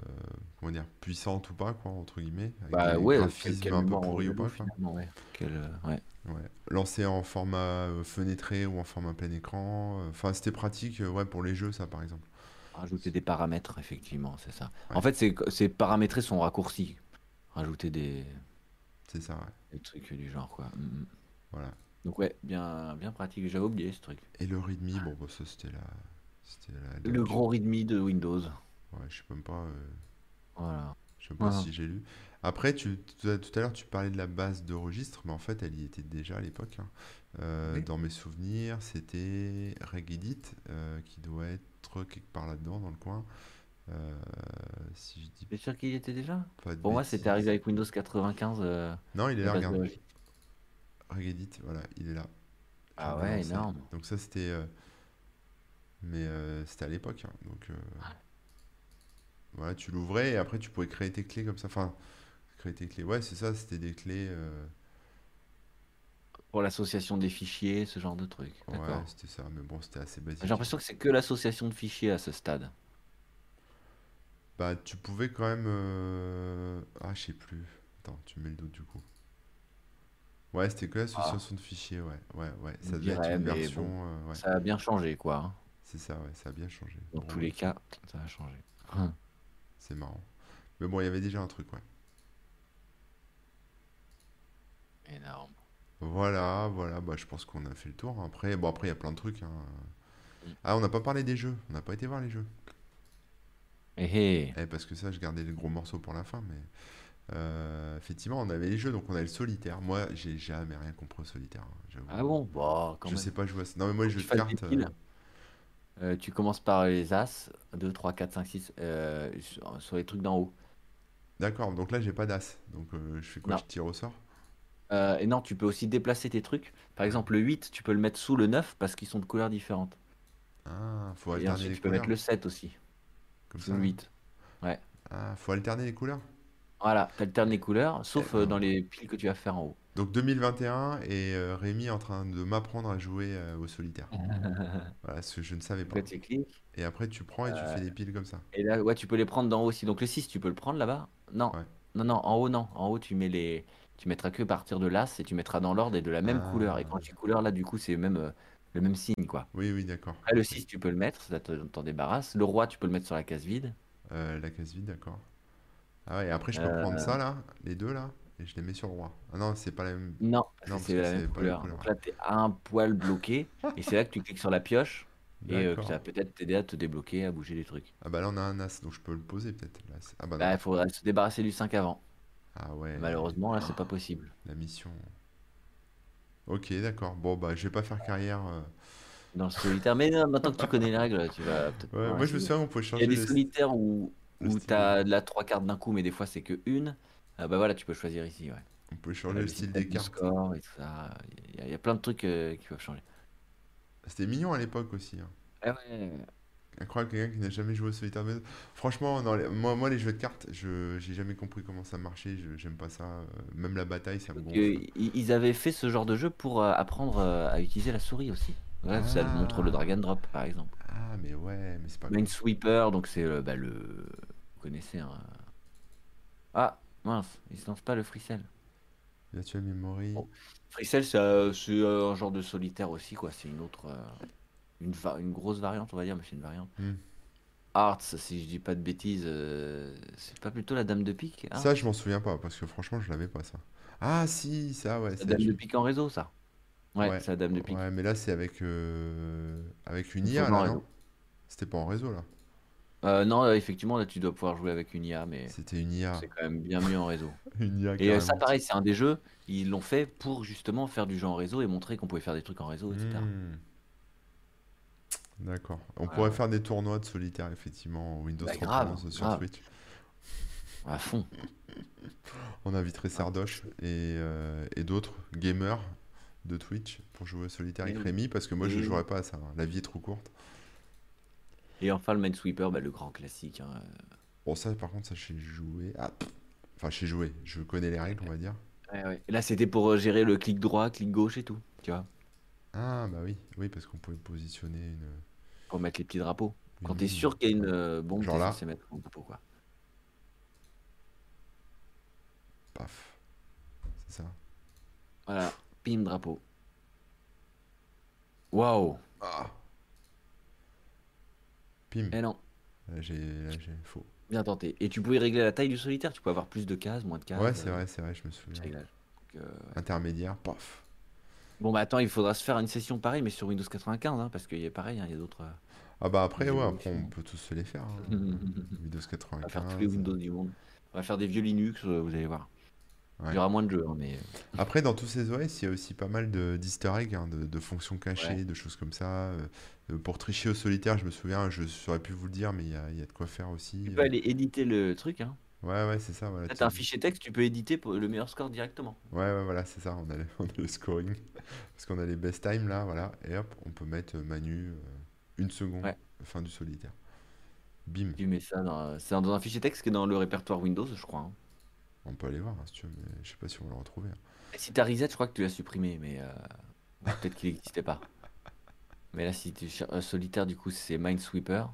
comment dire, puissante ou pas, quoi, entre guillemets, avec bah des ouais, graphismes quel un peu mémoire on pourris ou veut, pas, quoi. finalement, ouais. Quel, euh, ouais. Ouais. Lancé en format euh, fenêtré ou en format plein écran. euh, Enfin, c'était pratique, euh, ouais, pour les jeux, ça, par exemple. Rajouter des paramètres, effectivement, c'est ça. Ouais. En fait, c'est c'est paramétrer son raccourci. Rajouter des, C'est ça, ouais. des trucs du genre, quoi. Mm, mm. Voilà. Donc ouais, bien, bien pratique. J'avais oublié ce truc. Et le readme, bon, bah, ça c'était la... C'était la... Le doc. gros readme de Windows. Ouais, je sais même pas, euh, Voilà. je sais pas Voilà. si j'ai lu. Après, tu, tout à tout à l'heure, tu parlais de la base de registre, mais en fait, elle y était déjà à l'époque. hein. Euh, Oui. Dans mes souvenirs, c'était Regedit, euh, qui doit être quelque part là-dedans, dans le coin. Euh, si je dis T'es sûr qu'il y était déjà pas de Pour moi, bêtises. c'était arrivé avec Windows 95. euh, Non, il est la là, base de regarde. registre. Regedit, voilà, il est là. Je Ah l'ai ouais, lancé. énorme. Donc ça, c'était... euh, Mais euh, c'était à l'époque, hein, donc... euh, Ah. Voilà, tu l'ouvrais et après, tu pouvais créer tes clés comme ça. Enfin, créer tes clés. Ouais, c'est ça, c'était des clés... euh, Pour l'association des fichiers, ce genre de truc. Ouais, D'accord. c'était ça, mais bon, c'était assez J'ai basique. l'impression que c'est que l'association de fichiers à ce stade. Bah, tu pouvais quand même... euh, Ah, je sais plus. Attends, tu mets le doute du coup. Ouais, c'était que l'association de fichiers, ouais. Ouais, ouais, On ça devait être dirait, une Ah. mais version... bon, euh, ouais, Bah Ça a bien changé, quoi. hein. c'est ça, ouais, ça a bien changé. Dans Bon, tous les cas, ça a changé. Hum. C'est marrant. Mais bon, il y avait déjà un truc, ouais. Énorme. Voilà, voilà, bah, je pense qu'on a fait le tour. Après, bon, après, il y a plein de trucs. hein. Ah, on n'a pas parlé des jeux. On n'a pas été voir les jeux. Eh eh. Eh, parce que ça, je gardais les gros morceaux pour la fin. Mais euh, effectivement, on avait les jeux, donc on avait le solitaire. Moi, j'ai jamais rien compris au solitaire. hein, j'avoue. Ah bon Bah, quand Je même. sais pas jouer à ça. Non, mais moi, les Faut que jeux tu de fasses des cartes. euh, piles. Euh, tu commences par les As, 2, 3, 4, 5, 6, euh, sur sur les trucs d'en haut. D'accord, donc là, j'ai pas d'as. Donc euh, je fais quoi Non. Je tire au sort Euh, et non, tu peux aussi déplacer tes trucs. Par exemple, le 8, tu peux le mettre sous le 9 parce qu'ils sont de couleurs différentes. Ah, faut et alterner ensuite, les tu peux mettre couleurs. le 7 aussi, Comme sous ça. le 8. Ah, faut alterner les couleurs. Voilà, t'alternes les couleurs, sauf Eh ben. euh, dans les piles que tu vas faire en haut. Donc 2021 et euh, Rémi est en train de m'apprendre à jouer euh, au *laughs* solitaire. Voilà, ce que je ne savais pas. Là, tu cliques. Et après, tu prends et tu Euh, fais des piles comme ça. Et là, ouais, tu peux les prendre d'en haut aussi. Donc le 6, tu peux le prendre là-bas Non. Ouais. Non, non, en haut, non. En haut, tu mets les. Tu mettras que à partir de l'as et tu mettras dans l'ordre et de la même Ah. couleur. Et quand tu couleur, là, du coup, c'est même, euh, le même signe, quoi. Oui, oui, d'accord. Après, le 6, tu peux le mettre, ça te- t'en débarrasse. Le roi, tu peux le mettre sur la case vide. Euh, la case vide, d'accord. Ah ouais, et après, je peux Euh, prendre ça, là, les deux, là. et je les mets sur roi. Ah non, c'est pas la même. Non, parce que Non, parce c'est que la c'est même pas la même couleur. couleur. Donc là, t'es à un poil bloqué, et c'est là que tu cliques sur la pioche, et euh, que D'accord. ça va peut-être t'aider à te débloquer, à bouger les trucs. Ah bah là on a un as, donc je peux le poser peut-être. là, c'est- Ah bah non. Là, il faudrait se débarrasser du 5 avant. Ah ouais. Malheureusement, là, c'est pas possible. La mission. Ok, d'accord. Bon bah je vais pas faire carrière. euh. Dans le solitaire, mais non, maintenant que tu connais les règles, tu vas peut-être. Ouais, pouvoir moi je Ah, me essayer. souviens on pouvait Il y changer. a des les- solitaires où, le où style. t'as de la trois cartes d'un coup, mais des fois c'est que une. Ah bah voilà, tu peux choisir ici. Ouais. On pouvait changer La le style vitesse des du cartes. score et tout ça. Il y, a- il y a plein de trucs euh, qui peuvent changer. C'était mignon à l'époque aussi. hein. Ah ouais. Incroyable quelqu'un qui n'a jamais joué au solitaire. Mais... Franchement, non, les- moi, moi les jeux de cartes, je j'ai jamais compris comment ça marchait. je- J'aime pas ça. euh, Même la bataille, ça me Donc, gonfle. euh, i- ils avaient fait ce genre de jeu pour euh, apprendre euh, à utiliser la souris aussi. Voilà, ça le Ah. montre le drag and drop par exemple. Ah mais ouais, mais c'est pas. Minesweeper, donc c'est euh, bah, le. Vous connaissez. hein. Ah, mince, ils se lancent pas le freecell. Virtual Memory. Oh. Freecell, c'est euh, c'est, euh, un genre de solitaire aussi, quoi. C'est une autre. euh, une, va- une grosse variante, on va dire, mais c'est une variante. Hmm. Arts, si je dis pas de bêtises, euh, c'est pas plutôt la dame de pique hein? Arts Ça, je m'en souviens pas parce que franchement, je l'avais pas ça. Ah si, ça ouais. C'est ça, la dame je- de pique en réseau, ça Ouais, Ouais. c'est la dame de pique. Ouais, mais là c'est avec euh, avec une Il faut IA pas en là, réseau. non C'était pas en réseau là. Euh, non, euh, effectivement, là, tu dois pouvoir jouer avec une IA, mais C'était une IA, c'est quand même bien mieux en réseau. une IA Et euh, ça, carrément. pareil, c'est un des jeux, ils l'ont fait pour justement faire du jeu en réseau et montrer qu'on pouvait faire des trucs en réseau, etc. Hmm. D'accord. On Ouais, pourrait ouais. faire des tournois de solitaire effectivement en Windows Bah, 31 grave, sur grave. Twitch. À fond. On inviterait Sardoche et, euh, et d'autres gamers de Twitch pour jouer au solitaire Eh avec oui. Rémi parce que moi je Eh oui. jouerais pas à ça. hein. La vie est trop courte. Et enfin, le Minesweeper, bah, le grand classique. hein. Bon ça par contre ça j'ai joué. Ah, pff. enfin j'ai joué. Je connais les règles on va dire. Et Là, c'était pour euh, gérer le clic droit, clic gauche et tout, tu vois, Ah bah oui, oui parce qu'on pouvait positionner une. pour mettre les petits drapeaux. Quand une t'es ligne. sûr qu'il y a une euh, bombe, Mmh. Genre t'es là. censé mettre un drapeau, quoi. Paf. C'est ça. Voilà, pim drapeau. Waouh Ah. Pim. Eh non, Là, j'ai là, j'ai- faux. bien tenté. Et tu pouvais régler la taille du solitaire, tu pouvais avoir plus de cases, moins de cases. ouais, c'est euh, vrai, c'est vrai, je me petit souviens. réglage. Donc, euh, Intermédiaire, paf. Bon, bah attends, il faudra se faire une session pareille, mais sur Windows 95, hein, parce qu'il y a pareil, hein, il y a d'autres. euh, Ah bah après, J'ai ouais, oublié après le on nom. peut tous se les faire. *laughs* hein. Windows On 95. va faire tous les Windows du monde. On va faire des vieux Linux, euh, vous allez voir. Ouais. Il y aura moins de jeux, hein, mais. Après, dans tous ces OS, il y a aussi pas mal de- d'easter eggs, hein, de, de fonctions cachées, de choses comme ça. euh, euh, Pour tricher au solitaire, je me souviens, je saurais plus vous le dire, mais il y a, il y a de quoi faire aussi. Tu euh. peux aller éditer le truc, hein. Ouais, ouais, c'est ça. Voilà, Là, tu- t'as un fichier texte, tu peux éditer pour le meilleur score directement. Ouais, ouais, voilà, c'est ça, on a, le, *laughs* on a le scoring. Parce qu'on a les best time là, voilà, et hop, on peut mettre euh, Manu euh, une seconde, Ouais. fin du solitaire. Bim, Tu mets ça dans, euh, c'est dans un fichier texte qui est dans le répertoire Windows, je crois. hein. on peut aller voir hein, si tu veux, mais je sais pas si on va le retrouver. hein. Et si t'as reset, je crois que tu l'as supprimé, mais euh, ou peut-être qu'il n'existait pas. Mais là, si tu cher- euh, solitaire, du coup, c'est Minesweeper.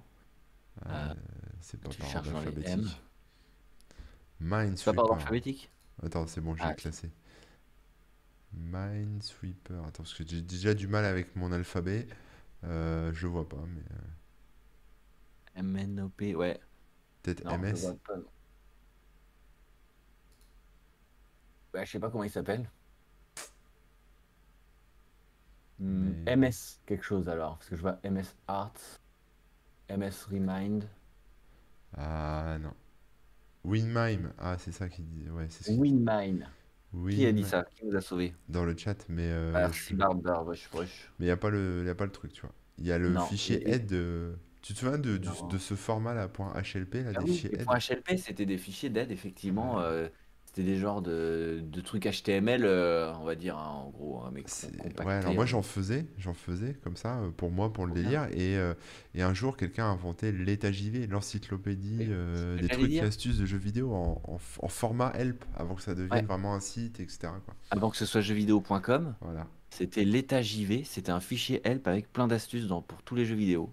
Ah, Euh, euh, c'est pas tu par cherches ordre dans les alphabétique. C'est pas par ordre Minesweeper. alphabétique Attends, c'est bon, je Ah, l'ai classé. Minesweeper. Attends, parce que j'ai déjà du mal avec mon alphabet. Euh, je le vois pas, mais euh, MNOP, ouais. peut-être Non, je MS. vois pas, non. Bah, je sais pas comment il s'appelle. Hmm, Mais- MS quelque chose alors, parce que je vois MS Art, MS Remind. Ah non. Winmime. Ah, c'est ça qui dit. Ouais, c'est ce qu'il dit. Winmine. Qui a dit Winmime. ça Ah, Qui nous a sauvés dans le chat, mais euh, Merci je- Barbare, wesh, wesh. mais il n'y a pas le, y a pas le truc, tu vois. Il y a le Non, fichier et- et- aide. euh, Tu te souviens de, du- Non. de ce format là, .hlp là, Ah des oui, fichiers les aide points HLP, c'était des fichiers d'aide, effectivement. euh, c'était des genres de, de trucs HTML, euh, on va dire, hein, en gros. hein, mais C'est- com- Ouais, compactés, alors moi hein. j'en faisais, j'en faisais comme ça euh, pour moi, pour le Trop délire. Et, euh, et un jour, quelqu'un a inventé l'étagivé, l'encyclopédie Oui, euh, c'est des ce que j'allais trucs et dire. astuces de jeux vidéo en, en f- en format help avant que ça devienne Ouais. vraiment un site, etc. Quoi. Avant que ce soit jeuxvideo.com, Voilà. C'était l'état JV, c'était un fichier help avec plein d'astuces dans- pour tous les jeux vidéo.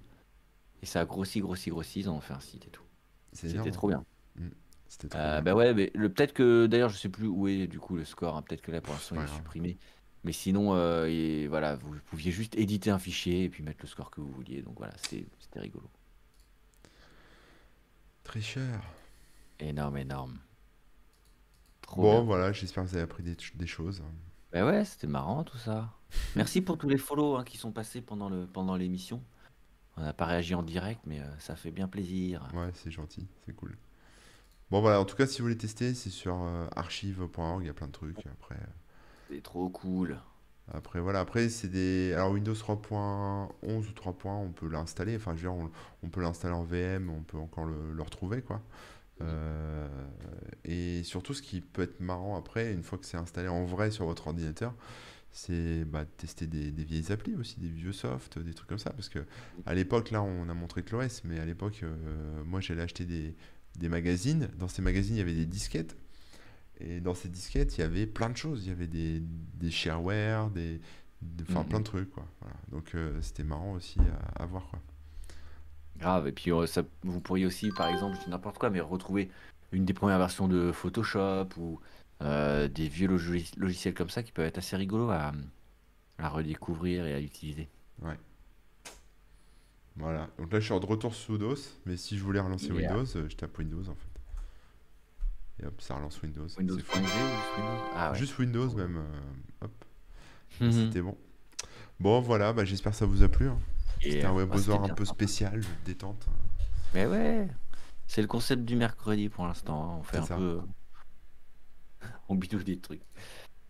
Et ça a grossi, grossi, grossi, ils en ont fait un site et tout. C'est énorme. hein. C'était trop bien. C'était trop bien. Euh, bah ouais, mais le- peut-être que d'ailleurs, je sais plus où est du coup le score, hein, peut-être que là pour l'instant pas il est grave. supprimé. Mais sinon, euh, et voilà, vous pouviez juste éditer un fichier et puis mettre le score que vous vouliez. Donc voilà, c'était c'était rigolo. Tricheur. Énorme, énorme. Trop Bon, bien. voilà, j'espère que vous avez appris des, ch- des choses. Bah ouais, c'était marrant tout ça. Merci pour tous les follow hein, qui sont passés pendant le pendant l'émission. On n'a pas réagi en direct, mais euh, ça fait bien plaisir. Ouais, c'est gentil, c'est cool. Bon, voilà, en tout cas, si vous voulez tester, c'est sur euh, archive.org, il y a plein de trucs. Après, euh, C'est trop cool. Après, voilà, après, c'est des. Alors, Windows 3.11 ou 3.1, on peut l'installer. Enfin, je veux dire, on, on peut l'installer en VM, on peut encore le, le retrouver, quoi. Euh, et surtout, ce qui peut être marrant après, une fois que c'est installé en vrai sur votre ordinateur, c'est bah, de tester des, des vieilles applis aussi, des vieux softs, des trucs comme ça. Parce que à l'époque, là, on a montré que l'OS, mais à l'époque, euh, moi, j'allais acheter des, des magazines. Dans ces magazines, il y avait des disquettes. Et dans ces disquettes, il y avait plein de choses. Il y avait des, des shareware, des, des- enfin, Mhm. plein de trucs. Quoi. Voilà. Donc, euh, c'était marrant aussi à, à voir. Quoi. Grave. Et puis euh, ça, vous pourriez aussi, par exemple, je dis n'importe quoi, mais retrouver une des premières versions de Photoshop ou euh, des vieux logi- logiciels comme ça qui peuvent être assez rigolos à, à redécouvrir et à utiliser. Voilà. Donc là, je suis de retour sous Windows. Mais si je voulais relancer Yeah. Windows, euh, je tape Windows, en fait. Et hop, ça relance Windows. Windows C'est fou. 3.0 ou juste Windows Ah ouais. Juste Windows, même. euh, hop, Mhm. c'était bon. Bon, voilà. Bah, J'espère que ça vous a plu. hein. Et, C'était un euh, webosaur c'était un bien peu sympa. spécial, détente. hein. Mais ouais, c'est le concept du mercredi pour l'instant. hein. On fait C'est un ça. peu. *laughs* On bidouille des trucs.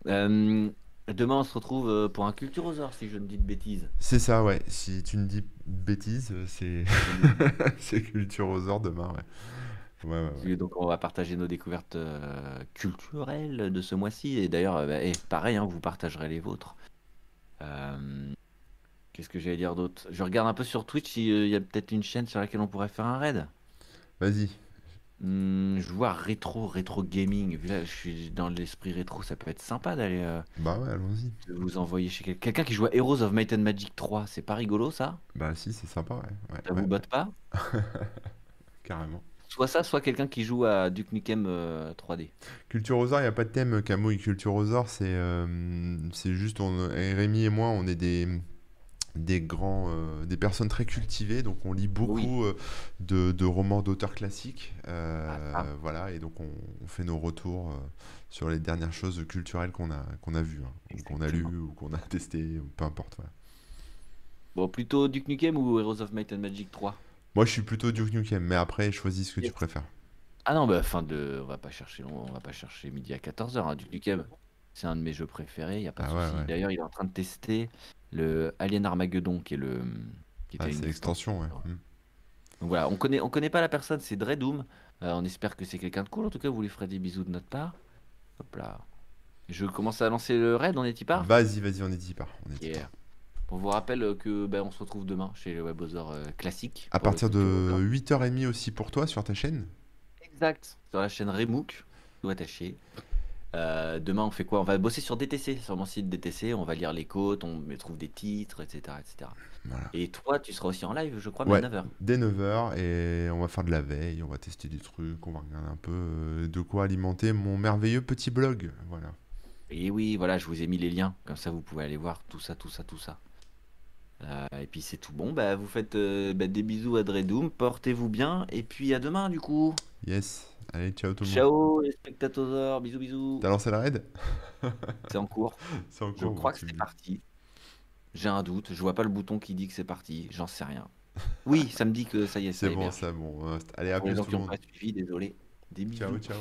Euh, demain, on se retrouve euh, pour un culturosaure, si je ne dis de bêtises. C'est ça, ouais. Si tu me dis bêtise, c'est *laughs* c'est culture aux ordres demain, ouais. Ouais, ouais, ouais. Et donc, on va partager nos découvertes euh, culturelles de ce mois-ci. Et d'ailleurs, euh, bah, eh, pareil, hein, vous partagerez les vôtres. Euh, Qu'est-ce que j'allais dire d'autre Je regarde un peu sur Twitch s'il euh, y a peut-être une chaîne sur laquelle on pourrait faire un raid. Vas-y. Hmm, je vois rétro, rétro gaming. Vu là, je suis dans l'esprit rétro, ça peut être sympa d'aller. euh, Bah ouais, allons-y. de vous envoyer chez quelqu'un. Quelqu'un qui joue à Heroes of Might and Magic 3, c'est pas rigolo ça Bah si, c'est sympa, ouais. Ça Ouais, vous ouais, botte pas carrément. Soit ça, soit quelqu'un qui joue à Duke Nukem euh, 3D. Culture aux arts, il n'y a pas de thème, euh, Camo et Culture aux arts, c'est euh, c'est juste, on, et Rémi et moi, on est des, des grands, euh, des personnes très cultivées, donc on lit beaucoup euh, de, de romans d'auteurs classiques, euh, Ah, ah. voilà, et donc on, on fait nos retours euh, sur les dernières choses culturelles qu'on a, qu'on a vues, hein, ou qu'on a lues, ou qu'on a testées, ou peu importe, voilà. Bon, plutôt Duke Nukem ou Heroes of Might and Magic 3 Moi, je suis plutôt Duke Nukem, mais après, choisis ce que tu Yes. préfères. Ah non, bah fin de... On va pas chercher long, on va pas chercher midi à 14h. hein. Duke Nukem, c'est un de mes jeux préférés, y a pas de Ah ouais, souci. ouais. D'ailleurs, il est en train de tester le Alien Armageddon qui est le... Qui Ah, était c'est une l'extension, ouais. Mm. Donc voilà, on connaît, on connaît pas la personne, c'est Dredoom. Euh, on espère que c'est quelqu'un de cool. En tout cas, vous lui ferez des bisous de notre part. Hop là. Je commence à lancer le raid, on est y part Vas-y, vas-y, on est dit par. On est dit Yeah. par. On vous rappelle euh, que ben, on se retrouve demain chez le Webosor euh, classique. À pour le partir Culture Web de Hour. 8h30 aussi pour toi sur ta chaîne Exact. Sur la chaîne Remook, tout attaché. Euh, demain, on fait quoi On va bosser sur DTC, sur mon site DTC. On va lire les codes, on trouve des titres, etc. etc. Voilà. Et toi, tu seras aussi en live, je crois, Ouais. mais à 9h. dès 9h et on va faire de la veille, on va tester des trucs, on va regarder un peu euh, de quoi alimenter mon merveilleux petit blog. Voilà. Et oui, voilà, je vous ai mis les liens, comme ça vous pouvez aller voir tout ça, tout ça, tout ça. Euh, et puis c'est tout bon, bah vous faites euh, bah, des bisous à Dredoom, portez-vous bien, et puis à demain du coup. Yes. Allez, ciao tout le monde. Ciao les spectateurs, bisous bisous. T'as lancé la raid C'est en cours, C'est en je cours, crois bon, que tu c'est me dis. parti. J'ai un doute, je vois pas le bouton qui dit que c'est parti, j'en sais rien. Oui, ça me dit que ça y est, *laughs* ça C'est y est, bon, bien. c'est bon. Allez, à Pour les plus gens tout qui le n'ont monde. pas suivi, désolé. Des bisous. Ciao, ciao.